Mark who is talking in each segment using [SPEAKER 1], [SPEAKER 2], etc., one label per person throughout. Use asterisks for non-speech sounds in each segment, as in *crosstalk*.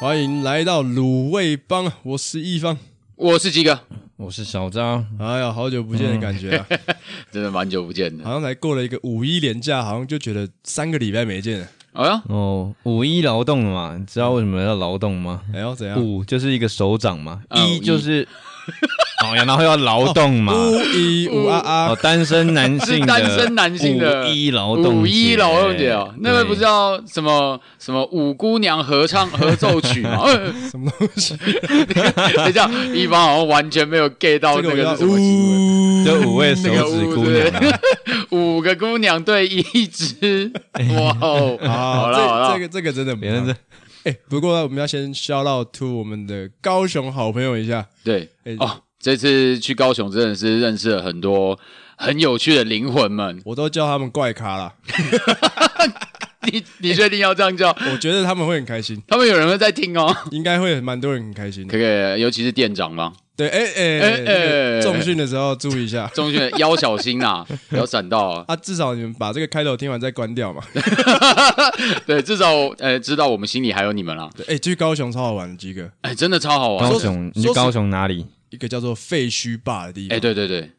[SPEAKER 1] 欢迎来到卤味帮，我是一方。
[SPEAKER 2] 我是鸡哥，
[SPEAKER 3] 我是小张，
[SPEAKER 1] 哎呀，好久不见的感觉、啊，
[SPEAKER 2] 真的蛮久不见的。
[SPEAKER 1] 好像才过了一个五一连假，好像就觉得三个礼拜没见了。
[SPEAKER 2] 哎呀，
[SPEAKER 3] 哦，五一劳动了嘛，你知道为什么要劳动吗？
[SPEAKER 1] 哎呦，怎样？
[SPEAKER 3] 五就是一个手掌嘛，
[SPEAKER 2] 啊
[SPEAKER 3] 一就是，哦呀，然后要劳动嘛，
[SPEAKER 1] 五一五啊
[SPEAKER 3] 哦
[SPEAKER 1] 啊，，
[SPEAKER 3] 单身男性
[SPEAKER 2] 是
[SPEAKER 3] 的，
[SPEAKER 2] 单身男性的
[SPEAKER 3] 五一劳动，
[SPEAKER 2] 五一劳动节哦，那个不
[SPEAKER 3] 是。
[SPEAKER 2] 是叫什么什么五姑娘合唱合奏曲吗？呃
[SPEAKER 1] 什么东西？
[SPEAKER 2] 等一下，一方好像完全没有 get 到
[SPEAKER 1] 这
[SPEAKER 2] 那
[SPEAKER 1] 我
[SPEAKER 2] 个
[SPEAKER 1] 要
[SPEAKER 2] 是什么新闻。
[SPEAKER 1] 呜，
[SPEAKER 3] 就五位手指姑娘
[SPEAKER 2] 那个
[SPEAKER 3] 啊，
[SPEAKER 2] 五个姑娘对 *laughs* 一只，哇哦！好
[SPEAKER 1] 啊，
[SPEAKER 2] 了好
[SPEAKER 1] 这这
[SPEAKER 2] 了，
[SPEAKER 1] 个这个真的不
[SPEAKER 3] 别人
[SPEAKER 1] 是。
[SPEAKER 3] 这
[SPEAKER 1] 哎，不过我们要先 shout out to 我们的高雄好朋友一下。
[SPEAKER 2] 对
[SPEAKER 1] 哎
[SPEAKER 2] 哦，这次去高雄真的是认识了很多很有趣的灵魂们。
[SPEAKER 1] 我都叫他们怪咖啦，
[SPEAKER 2] 你你确定要这样叫？
[SPEAKER 1] 我觉得他们会很开心，
[SPEAKER 2] 他们有人会在听哦。
[SPEAKER 1] 应该会蛮多人很开心的
[SPEAKER 2] 可。以，尤其是店长
[SPEAKER 1] *laughs*
[SPEAKER 2] 吗？
[SPEAKER 1] 对，哎
[SPEAKER 2] 哎
[SPEAKER 1] 哎，那
[SPEAKER 2] 哎
[SPEAKER 1] 个重训的时候注意一下
[SPEAKER 2] 中学腰小心
[SPEAKER 1] *laughs*
[SPEAKER 2] 呐、不要闪到啊！
[SPEAKER 1] 啊，至少你们把这个开头听完再关掉嘛。
[SPEAKER 2] 对，至少呃知道我们心里还有你们啦。
[SPEAKER 1] 哎，去高雄超好玩的，鸡哥，
[SPEAKER 2] 哎，真的超好玩
[SPEAKER 3] 高。
[SPEAKER 1] 说
[SPEAKER 3] 雄，
[SPEAKER 1] 说
[SPEAKER 3] 你去
[SPEAKER 1] 是
[SPEAKER 3] 高雄哪里？
[SPEAKER 1] 一个叫做废墟坝的地
[SPEAKER 2] 哎，
[SPEAKER 1] 方，
[SPEAKER 2] 对对对，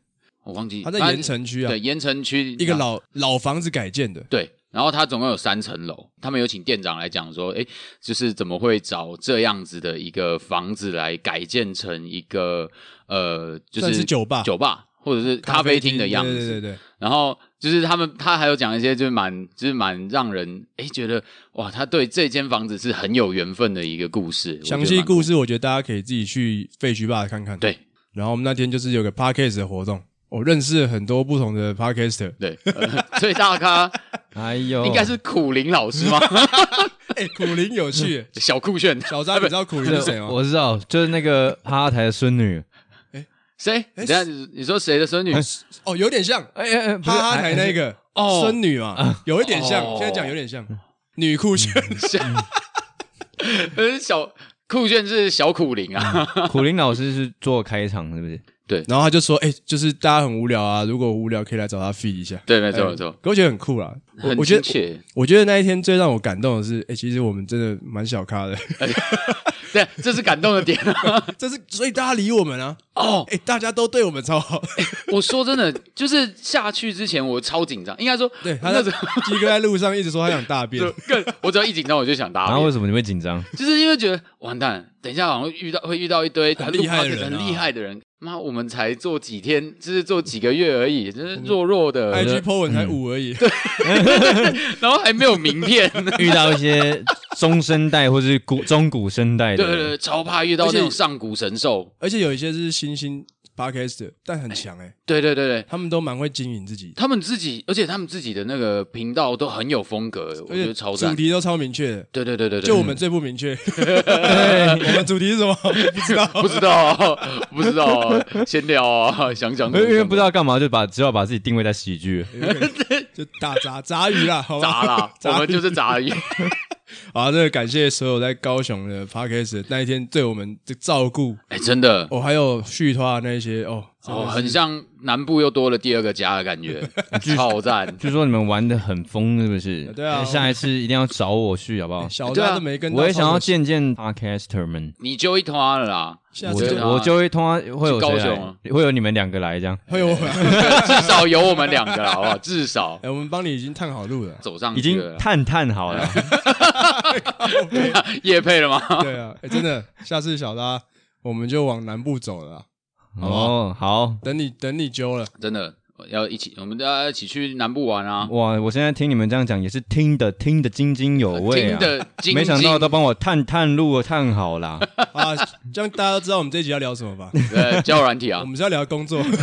[SPEAKER 2] 我忘记
[SPEAKER 1] 它在
[SPEAKER 2] 它
[SPEAKER 1] 盐城区啊
[SPEAKER 2] 对，，盐城区
[SPEAKER 1] 一个老老房子改建的，
[SPEAKER 2] 对。然后它总共有三层楼，他们有请店长来讲说，哎，就是怎么会找这样子的一个房子来改建成一个呃，就
[SPEAKER 1] 算
[SPEAKER 2] 是
[SPEAKER 1] 是酒吧
[SPEAKER 2] 酒吧或者是咖啡厅的样子。
[SPEAKER 1] 对对对对，
[SPEAKER 2] 然后就是他们，他还有讲一些就是蛮就是蛮让人哎觉得哇，他对这间房子是很有缘分的一个故事。
[SPEAKER 1] 详细故
[SPEAKER 2] 事
[SPEAKER 1] 事我觉得大家可以自己去废墟坝看看。
[SPEAKER 2] 对
[SPEAKER 1] 然后我们那天就是有个 podcast 的活动，我认识了很多不同的 podcaster。
[SPEAKER 2] 对， *laughs* 呃最大咖
[SPEAKER 1] 哦
[SPEAKER 3] 哎呦，
[SPEAKER 2] 应该是苦林老师
[SPEAKER 1] *laughs*
[SPEAKER 2] 吗？
[SPEAKER 1] 哎，苦林有趣，
[SPEAKER 2] *laughs* 小酷炫
[SPEAKER 1] 小张，你知道苦林是谁吗？
[SPEAKER 3] 我知道，就是那个哈哈台的孙女，
[SPEAKER 2] 谁？等一下你说谁的孙女？
[SPEAKER 1] 哦，有点像
[SPEAKER 3] 哎哎，哎不是
[SPEAKER 1] 哈哈台那，
[SPEAKER 3] 哎
[SPEAKER 1] 个
[SPEAKER 2] 哦
[SPEAKER 1] 孙女嘛，有一点像，
[SPEAKER 2] 哦嗯
[SPEAKER 1] 现在讲有点像女酷炫。嗯
[SPEAKER 2] *laughs* 呃，小酷炫是小苦林
[SPEAKER 1] 嗯
[SPEAKER 2] 啊。
[SPEAKER 3] 哎苦林老师是做开场是不是？
[SPEAKER 1] *laughs* 然后他就说，哎，就是大家很无聊啊，如果无聊可以来找他 feed 一下。
[SPEAKER 2] 对，没
[SPEAKER 1] 没
[SPEAKER 2] 错没错，，
[SPEAKER 1] 哎可我觉得很酷啦。嗯我
[SPEAKER 2] 很
[SPEAKER 1] 我觉得
[SPEAKER 2] 亲切。 *laughs*
[SPEAKER 1] 我觉得那一天最让我感动的是，哎、其实我们真的蛮小咖的， *laughs*
[SPEAKER 2] 对，这是感动的点啊
[SPEAKER 1] 这是所以大家理我们啊，
[SPEAKER 2] 哦。
[SPEAKER 1] 哎、大家都对我们超好。 *laughs*
[SPEAKER 2] 我说真的，就是下去之前我超紧张，应该说
[SPEAKER 1] 对，他
[SPEAKER 2] 那
[SPEAKER 1] 在
[SPEAKER 2] 时候
[SPEAKER 1] 鸡哥在路上一直说他想大
[SPEAKER 2] *laughs*
[SPEAKER 1] 便
[SPEAKER 2] 就，更，我只要一紧张我就
[SPEAKER 1] *laughs*
[SPEAKER 2] 想打。
[SPEAKER 3] 然后为什么你会紧张？
[SPEAKER 2] 就是因为觉得完蛋，等一下好像遇到会遇到一堆
[SPEAKER 1] 很厉害的人啊
[SPEAKER 2] 很厉害的人。妈，我们才做几天，就是做几个月而已，就是
[SPEAKER 1] 嗯
[SPEAKER 2] 弱弱的， *laughs*
[SPEAKER 1] IG po 文才五而已，
[SPEAKER 2] 然后还没有名
[SPEAKER 1] *laughs*
[SPEAKER 2] 片。
[SPEAKER 3] 遇到一些中生代或是古中古生代
[SPEAKER 2] 对
[SPEAKER 3] 的
[SPEAKER 2] 对对，
[SPEAKER 3] 人，
[SPEAKER 2] 超怕遇到那种上古神兽。
[SPEAKER 1] 而且有一些是新兴 podcast，但很强哎、
[SPEAKER 2] 对对对对，
[SPEAKER 1] 他们都蛮会经营自己，
[SPEAKER 2] 他们自己，而且他们自己的那个频道都很有风格，我
[SPEAKER 1] 而
[SPEAKER 2] 觉
[SPEAKER 1] 且
[SPEAKER 2] 得超
[SPEAKER 1] 主
[SPEAKER 2] 赞。
[SPEAKER 1] 题都超明确的。
[SPEAKER 2] 对对对对对，嗯
[SPEAKER 1] 就我们最不明
[SPEAKER 2] *laughs*
[SPEAKER 1] 确，我们主题是什么？不知道。
[SPEAKER 2] 不知道，不知道，先聊啊，想想
[SPEAKER 3] 因为因为不知道干嘛，就把只好把自己定位在喜剧。
[SPEAKER 1] 就打杂杂鱼啦，好吧？
[SPEAKER 2] 砸啦，
[SPEAKER 1] *laughs* 杂
[SPEAKER 2] 我
[SPEAKER 1] 鱼
[SPEAKER 2] 们就是砸而已。
[SPEAKER 1] 好啊，这个感谢所有在高雄的 podcast 那一天对我们的照顾，
[SPEAKER 2] 哎，真的，
[SPEAKER 1] 哦，还有续托啊那一些哦，真的
[SPEAKER 2] 哦，
[SPEAKER 1] 是
[SPEAKER 2] 很像南部又多了第二个家的感觉，超赞！
[SPEAKER 3] 据说你们玩的很疯，是不是？
[SPEAKER 1] 对啊
[SPEAKER 3] 下一次一定要找我去，好不好？
[SPEAKER 1] 小
[SPEAKER 2] 对
[SPEAKER 1] 张
[SPEAKER 2] 啊
[SPEAKER 1] 都没跟到
[SPEAKER 3] 我也想要
[SPEAKER 1] 上
[SPEAKER 3] 见见 podcaster 们。
[SPEAKER 2] 你就一团了啦，
[SPEAKER 1] 下
[SPEAKER 3] 我
[SPEAKER 1] 次
[SPEAKER 2] 对
[SPEAKER 1] 就
[SPEAKER 2] 啊
[SPEAKER 3] 就我就会通常会有谁
[SPEAKER 2] 去高雄
[SPEAKER 3] 来
[SPEAKER 2] 啊？
[SPEAKER 3] 会有你们两个来这样，
[SPEAKER 1] 会有我们，
[SPEAKER 2] 至少有我们两个啦，好不好？至少
[SPEAKER 1] 哎，我们帮你已经探好路
[SPEAKER 3] *laughs*
[SPEAKER 1] 了，
[SPEAKER 2] 走上
[SPEAKER 3] 已
[SPEAKER 2] 去
[SPEAKER 3] 经
[SPEAKER 2] 了啦，
[SPEAKER 3] 探探
[SPEAKER 2] *laughs*
[SPEAKER 3] 好了。
[SPEAKER 2] 夜配了吗？
[SPEAKER 1] 啊对啊，哎，真的，下次小张我们就往南部走了啊，好吧
[SPEAKER 3] 哦，好
[SPEAKER 1] 等你等你揪了， *laughs*
[SPEAKER 2] 真的要一起，我们大家一起去南部玩啊！
[SPEAKER 3] 哇！我现在听你们这样讲，也是听的听的津津有味
[SPEAKER 2] *laughs* 听
[SPEAKER 3] 啊。
[SPEAKER 2] 的津津，
[SPEAKER 3] 没想到都帮我探探路探好啦。
[SPEAKER 1] 啊，这样大家都知道我们这一集要聊什么
[SPEAKER 3] *laughs*
[SPEAKER 1] 吧？
[SPEAKER 2] 呃交友软体
[SPEAKER 1] 我
[SPEAKER 2] 啊，
[SPEAKER 1] 们是要聊工作， *laughs* 不是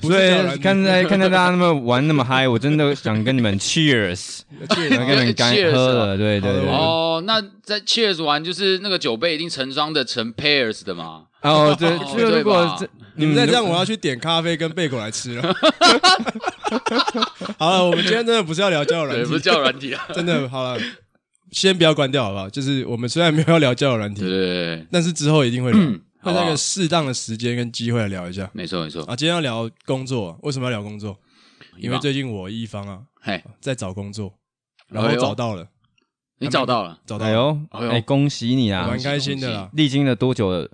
[SPEAKER 3] 所
[SPEAKER 1] 叫软
[SPEAKER 3] 以
[SPEAKER 1] 体
[SPEAKER 3] 看
[SPEAKER 1] *laughs*
[SPEAKER 3] 在看在大家那么玩那么嗨，我真的想跟你们 cheers，想跟你们干
[SPEAKER 2] Cheers 啊
[SPEAKER 3] 喝了，对对
[SPEAKER 1] 好的
[SPEAKER 3] 对。
[SPEAKER 1] 我
[SPEAKER 3] 哦，
[SPEAKER 2] *laughs* 哦，那在 Cheers 玩就是那个酒杯一定成双的成 pairs 的嘛，
[SPEAKER 3] 对，
[SPEAKER 2] 哦
[SPEAKER 3] 就
[SPEAKER 2] 对
[SPEAKER 3] 如果
[SPEAKER 2] 吧
[SPEAKER 3] 这
[SPEAKER 1] 你
[SPEAKER 2] 嗯
[SPEAKER 1] 们再这样，
[SPEAKER 3] 如
[SPEAKER 1] 我要去点咖啡跟贝果来吃了。 *laughs* 好了，我们今天真的不是要聊交友
[SPEAKER 2] 对，
[SPEAKER 1] 软
[SPEAKER 2] 不是
[SPEAKER 1] 体，
[SPEAKER 2] 交友软
[SPEAKER 1] *laughs*
[SPEAKER 2] 体啊，
[SPEAKER 1] 真的好了，先不要关掉好不好？就是我们虽然没有要聊交友软
[SPEAKER 2] 对
[SPEAKER 1] 体，
[SPEAKER 2] 对对，对
[SPEAKER 1] 但是之后一定会聊，
[SPEAKER 2] 好
[SPEAKER 1] 会
[SPEAKER 2] 不好啊
[SPEAKER 1] 在一个适当的时间跟机会来聊一下。
[SPEAKER 2] 没错没错，
[SPEAKER 1] 啊，今天要聊工作，为什么要聊工作？因为
[SPEAKER 2] 一棒
[SPEAKER 1] 最近我一方啊
[SPEAKER 2] 嘿，
[SPEAKER 1] 在找工作，然后
[SPEAKER 2] 哎呦
[SPEAKER 1] 找到了，
[SPEAKER 2] 你找到了，
[SPEAKER 1] 找到
[SPEAKER 3] 哎
[SPEAKER 1] 了，
[SPEAKER 3] 呦，
[SPEAKER 2] 哎呦
[SPEAKER 3] 哎，恭喜你啊
[SPEAKER 1] 蛮！开心的啦，
[SPEAKER 3] 历经了多久了？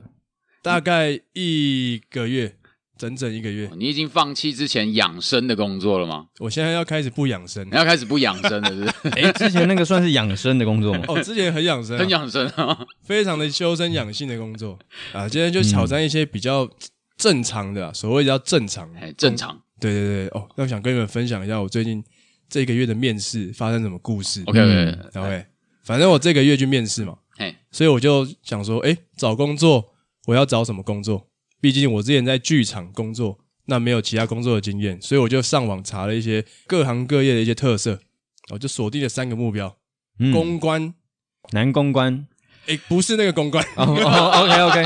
[SPEAKER 1] 大概一个月，整整一个月。
[SPEAKER 2] 你已经放弃之前养生的工作了吗？
[SPEAKER 1] 我现在要开始不养生
[SPEAKER 2] 你要开始不养生了，是不是？
[SPEAKER 1] *laughs*？
[SPEAKER 3] 哎，之前那个算是养生的工作吗
[SPEAKER 1] 哦，之前很养生啊、
[SPEAKER 2] 很 *laughs* 养生啊！
[SPEAKER 1] 非常的修身养性的工作啊。今天就挑战一些比较正常的啊、所谓叫正常的。
[SPEAKER 2] 哎，正常。
[SPEAKER 1] 对对对，哦，那我想跟你们分享一下我最近这个月的面试发生什么故事。
[SPEAKER 2] OK OK，
[SPEAKER 1] 然后哎反正我这个月去面试嘛，
[SPEAKER 2] 哎，
[SPEAKER 1] 所以我就想说，哎，找工作我要找什么工作？毕竟我之前在剧场工作，那没有其他工作的经验，所以我就上网查了一些各行各业的一些特色，我就锁定了三个目标：
[SPEAKER 3] 嗯
[SPEAKER 1] 公关，
[SPEAKER 3] 男公关。
[SPEAKER 1] 哎，不是那个公关，
[SPEAKER 3] 哦，OK OK，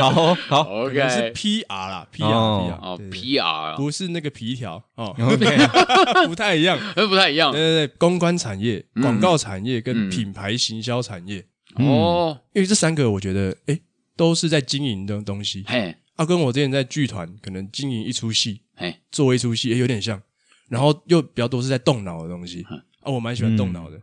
[SPEAKER 3] 好哦好
[SPEAKER 2] OK，
[SPEAKER 1] 是 PR 啦，PR
[SPEAKER 3] 哦
[SPEAKER 1] PR
[SPEAKER 2] 哦 *laughs*
[SPEAKER 1] 对对对
[SPEAKER 2] ，PR
[SPEAKER 1] 不是那个皮条哦， *laughs*
[SPEAKER 3] ，OK，
[SPEAKER 1] 不太一样。
[SPEAKER 2] 那不太一样
[SPEAKER 1] 对对对，公关产业、
[SPEAKER 2] 哦嗯
[SPEAKER 1] 广告产业
[SPEAKER 2] 嗯
[SPEAKER 1] 跟品牌行销产业，
[SPEAKER 2] 哦。
[SPEAKER 1] 因为这三个我觉得诶都是在经营的东西。
[SPEAKER 2] 嘿，
[SPEAKER 1] 啊，跟我之前在剧团可能经营一出戏、
[SPEAKER 2] 嘿，
[SPEAKER 1] 做一出戏也有点像，然后又比较多是在动脑的东西
[SPEAKER 2] 嗯
[SPEAKER 1] 啊，我蛮喜欢动脑的。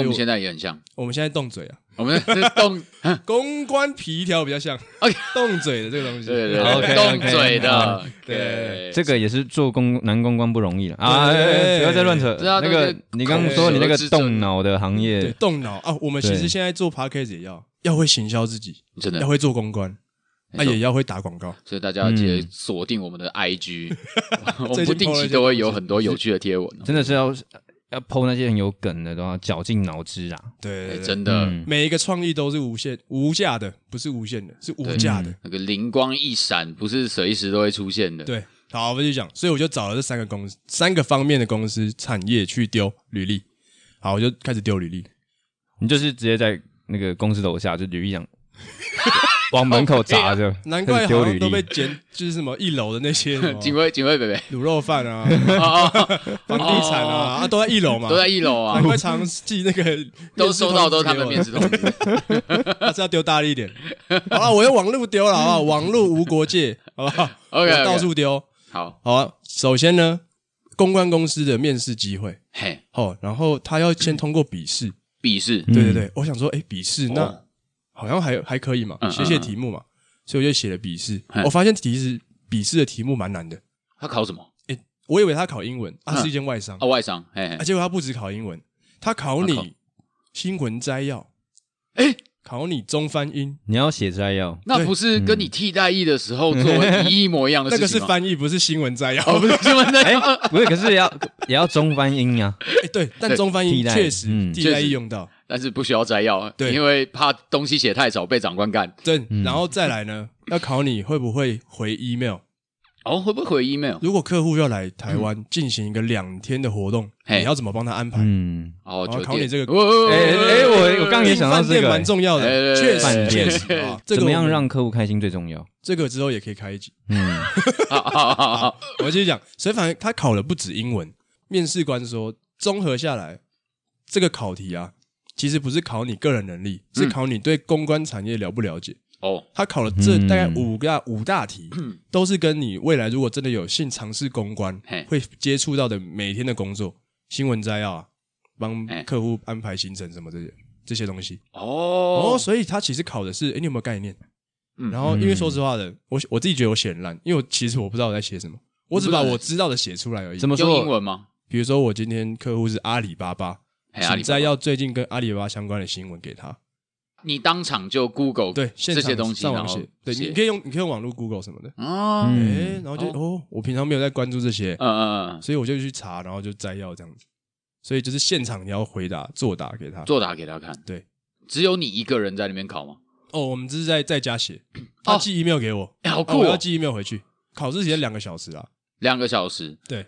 [SPEAKER 1] 所
[SPEAKER 2] 我
[SPEAKER 1] 以
[SPEAKER 2] 们现在也很像。
[SPEAKER 1] 我们现在动嘴啊，
[SPEAKER 2] 我们这
[SPEAKER 1] *laughs*
[SPEAKER 2] 动，
[SPEAKER 1] 公关皮条比较像
[SPEAKER 2] *laughs* OK
[SPEAKER 1] 动嘴的这个东西。
[SPEAKER 2] 对对
[SPEAKER 3] 好
[SPEAKER 2] 对，
[SPEAKER 3] ，OK，OK，
[SPEAKER 2] 动嘴
[SPEAKER 3] 好
[SPEAKER 2] 的，
[SPEAKER 1] 哦对
[SPEAKER 2] 对，
[SPEAKER 3] 这个也是做公男公关不容易了啊！哎
[SPEAKER 1] 对对
[SPEAKER 3] 哎
[SPEAKER 1] 对
[SPEAKER 3] 不要再乱扯。
[SPEAKER 2] 对啊
[SPEAKER 3] 那个
[SPEAKER 2] 对对
[SPEAKER 3] 你刚刚说你那个动脑的行
[SPEAKER 1] 对，
[SPEAKER 3] 业，
[SPEAKER 1] 动脑啊，我们其
[SPEAKER 3] 对
[SPEAKER 1] 实现在做 podcast 也要要会行销自己，
[SPEAKER 2] 真的
[SPEAKER 1] 要。会做公关，
[SPEAKER 2] 没
[SPEAKER 1] 啊，
[SPEAKER 2] 错
[SPEAKER 1] 也要会打广告。
[SPEAKER 2] 所以大家要记得
[SPEAKER 3] 嗯
[SPEAKER 2] 锁定我们的
[SPEAKER 1] *laughs*
[SPEAKER 2] IG，我们
[SPEAKER 1] 最
[SPEAKER 2] 不
[SPEAKER 1] 近
[SPEAKER 2] 定
[SPEAKER 1] po 了
[SPEAKER 2] 期
[SPEAKER 1] 一些
[SPEAKER 2] 都会有
[SPEAKER 1] 东西
[SPEAKER 2] 很多有趣的贴文哦。
[SPEAKER 3] 真的是要要剖那些很有梗的，都要绞尽脑汁啊！
[SPEAKER 1] 对
[SPEAKER 2] 哎
[SPEAKER 1] 对对，
[SPEAKER 2] 真的，
[SPEAKER 3] 嗯，
[SPEAKER 1] 每一个创意都是无限无价的，不是无限的，是无价的。
[SPEAKER 2] 那个灵光一闪，不是随时都会出现的。
[SPEAKER 1] 对，好，我们就讲，所以我就找了这三个公司、三个方面的公司产业去丢履历。好，我就开始丢履历。
[SPEAKER 3] 你就是直接在那个公司楼下就履历上往门口砸着，
[SPEAKER 1] *laughs* 难怪
[SPEAKER 3] 开始丢
[SPEAKER 1] 好
[SPEAKER 3] 履
[SPEAKER 1] 像都被
[SPEAKER 3] 历。
[SPEAKER 2] *laughs*
[SPEAKER 1] 检，就是什么一楼的那些什么
[SPEAKER 2] 警卫，警卫
[SPEAKER 1] *laughs*
[SPEAKER 2] 北北
[SPEAKER 1] 卤肉饭啊、
[SPEAKER 2] 哦哦哦
[SPEAKER 1] 房地产啊，啊都在一楼嘛
[SPEAKER 2] 都。在一楼啊
[SPEAKER 1] 难，怪常寄那个
[SPEAKER 2] *laughs* 都收到都是他们面
[SPEAKER 1] 面
[SPEAKER 2] 试通知。 *laughs*
[SPEAKER 1] 还是要丢大力一点。好了，我用网路丢了，好不好？网路无国界，好不好
[SPEAKER 2] OK，
[SPEAKER 1] 我到处丢。
[SPEAKER 2] 好，
[SPEAKER 1] 好、啊，首先呢，公关公司的面试机会，
[SPEAKER 2] 嘿，
[SPEAKER 1] 哦，然后他要先通过笔试，
[SPEAKER 2] 笔试，
[SPEAKER 3] 嗯
[SPEAKER 1] 对对对，我想说，哎，笔试那
[SPEAKER 2] 哦
[SPEAKER 1] 好像还还可以嘛
[SPEAKER 2] 嗯，
[SPEAKER 1] 写写题目嘛，所以我就写了笔试
[SPEAKER 2] 嘿，
[SPEAKER 1] 我发现其实笔试的题目蛮难的，
[SPEAKER 2] 他考什么？
[SPEAKER 1] 哎，我以为他考英文，啊，
[SPEAKER 2] 嗯
[SPEAKER 1] 是一间外商，
[SPEAKER 2] 啊，外商，嘿，嘿
[SPEAKER 1] 啊，结果他不止考英文，他考
[SPEAKER 2] 他考
[SPEAKER 1] 你新闻摘要，
[SPEAKER 2] 哎，
[SPEAKER 1] 考你中翻英，
[SPEAKER 3] 你要写摘要，
[SPEAKER 2] 那不是跟你替代役的时候做一模一样的
[SPEAKER 1] 那
[SPEAKER 2] 事
[SPEAKER 1] 个
[SPEAKER 2] 情
[SPEAKER 1] 是
[SPEAKER 2] 吗？
[SPEAKER 1] 翻译，不是新闻摘要，
[SPEAKER 2] 哦，不是新闻
[SPEAKER 3] 哎
[SPEAKER 2] 的，，
[SPEAKER 3] 不是，可是也要也要中翻英啊。
[SPEAKER 1] *laughs* 哎，对，但
[SPEAKER 2] 对
[SPEAKER 1] 中翻英
[SPEAKER 3] 替代
[SPEAKER 1] 确实
[SPEAKER 3] 嗯
[SPEAKER 1] 替代
[SPEAKER 2] 确实
[SPEAKER 1] 役用到，
[SPEAKER 2] 但是不需要摘要，
[SPEAKER 1] 对
[SPEAKER 2] 因为怕东西写太少被长官干。
[SPEAKER 1] 对，
[SPEAKER 3] 嗯
[SPEAKER 1] 然后再来
[SPEAKER 2] *laughs*
[SPEAKER 1] 呢，要考你会不会回 email。
[SPEAKER 2] 哦，会不会回 email？
[SPEAKER 1] 如果客户要来台湾进行一个两天的活动，
[SPEAKER 2] 嘿
[SPEAKER 1] 你要怎么帮他安排？
[SPEAKER 3] 嗯，
[SPEAKER 1] 好
[SPEAKER 2] 哦，酒
[SPEAKER 1] 考
[SPEAKER 2] 店
[SPEAKER 1] 你这个
[SPEAKER 2] 哦哦哦
[SPEAKER 3] 哎哎，我我刚刚也
[SPEAKER 1] 订
[SPEAKER 3] 想到
[SPEAKER 1] 饭
[SPEAKER 3] 这
[SPEAKER 1] 店
[SPEAKER 3] 个，哎
[SPEAKER 1] 蛮重要的
[SPEAKER 2] 哎哎哎，
[SPEAKER 1] 确
[SPEAKER 3] 饭
[SPEAKER 1] 实
[SPEAKER 3] 店
[SPEAKER 1] 确
[SPEAKER 2] *laughs*
[SPEAKER 1] 实啊。这个
[SPEAKER 3] 怎么样
[SPEAKER 1] 我们
[SPEAKER 3] 让客户开心最重要。
[SPEAKER 1] 这个之后也可以开一集？
[SPEAKER 3] 嗯，
[SPEAKER 2] 好好好好，
[SPEAKER 1] 我们继续讲，所以反正他考了不止英文，面试官说综合下来，这个考题啊，其实不是考你个人能力，是
[SPEAKER 2] 嗯
[SPEAKER 1] 考你对公关产业了不了解。
[SPEAKER 2] 哦，
[SPEAKER 1] 他考了这大概
[SPEAKER 3] 嗯
[SPEAKER 1] 五大五大题，
[SPEAKER 2] 嗯
[SPEAKER 1] 都是跟你未来如果真的有幸尝试公关
[SPEAKER 2] 嘿，
[SPEAKER 1] 会接触到的每天的工作、新闻摘要啊，帮
[SPEAKER 2] 嘿
[SPEAKER 1] 客户安排行程什么这些这些东西。哦，
[SPEAKER 2] 哦，
[SPEAKER 1] 所以他其实考的是，哎，你有没有概念？
[SPEAKER 2] 嗯
[SPEAKER 1] 然后因为说实话的，我我自己觉得我写很烂，因为我其实我不知道我在写什么，我只把
[SPEAKER 2] 你不知道
[SPEAKER 1] 我知道的写出来而已
[SPEAKER 3] 怎。么
[SPEAKER 2] 用英
[SPEAKER 3] 说？
[SPEAKER 2] 文吗？
[SPEAKER 1] 比如说我今天客户是阿里巴巴，
[SPEAKER 2] 哎，阿里
[SPEAKER 1] 请
[SPEAKER 2] 巴
[SPEAKER 1] 摘
[SPEAKER 2] 巴
[SPEAKER 1] 要最近跟阿里巴巴相关的新闻给他。
[SPEAKER 2] 你当场就 Google
[SPEAKER 1] 对，现
[SPEAKER 2] 这
[SPEAKER 1] 场
[SPEAKER 2] 些东西，
[SPEAKER 1] 上
[SPEAKER 2] 然
[SPEAKER 1] 网
[SPEAKER 2] 后
[SPEAKER 1] 写，对，
[SPEAKER 2] 写
[SPEAKER 1] 你可以用你可以用网络 Google 什么的。
[SPEAKER 2] 哦，嗯
[SPEAKER 3] 嗯
[SPEAKER 1] 哎、然后就哦，我平常没有在关注这些，
[SPEAKER 2] 嗯嗯，
[SPEAKER 1] 所以我就去查，然后就摘要这样子。所以就是现场你要回答作答给他。
[SPEAKER 2] 作答给他看。
[SPEAKER 1] 对，
[SPEAKER 2] 只有你一个人在那边考吗？
[SPEAKER 1] 哦，我们这是在在家
[SPEAKER 2] *clears throat*
[SPEAKER 1] 写，他寄 email 给我，
[SPEAKER 2] 哎，好
[SPEAKER 1] 啊
[SPEAKER 2] 酷
[SPEAKER 1] 我要
[SPEAKER 2] 哦，
[SPEAKER 1] 寄 email 回去。考试时间两个小时啊，
[SPEAKER 2] 两个小时，
[SPEAKER 1] 对，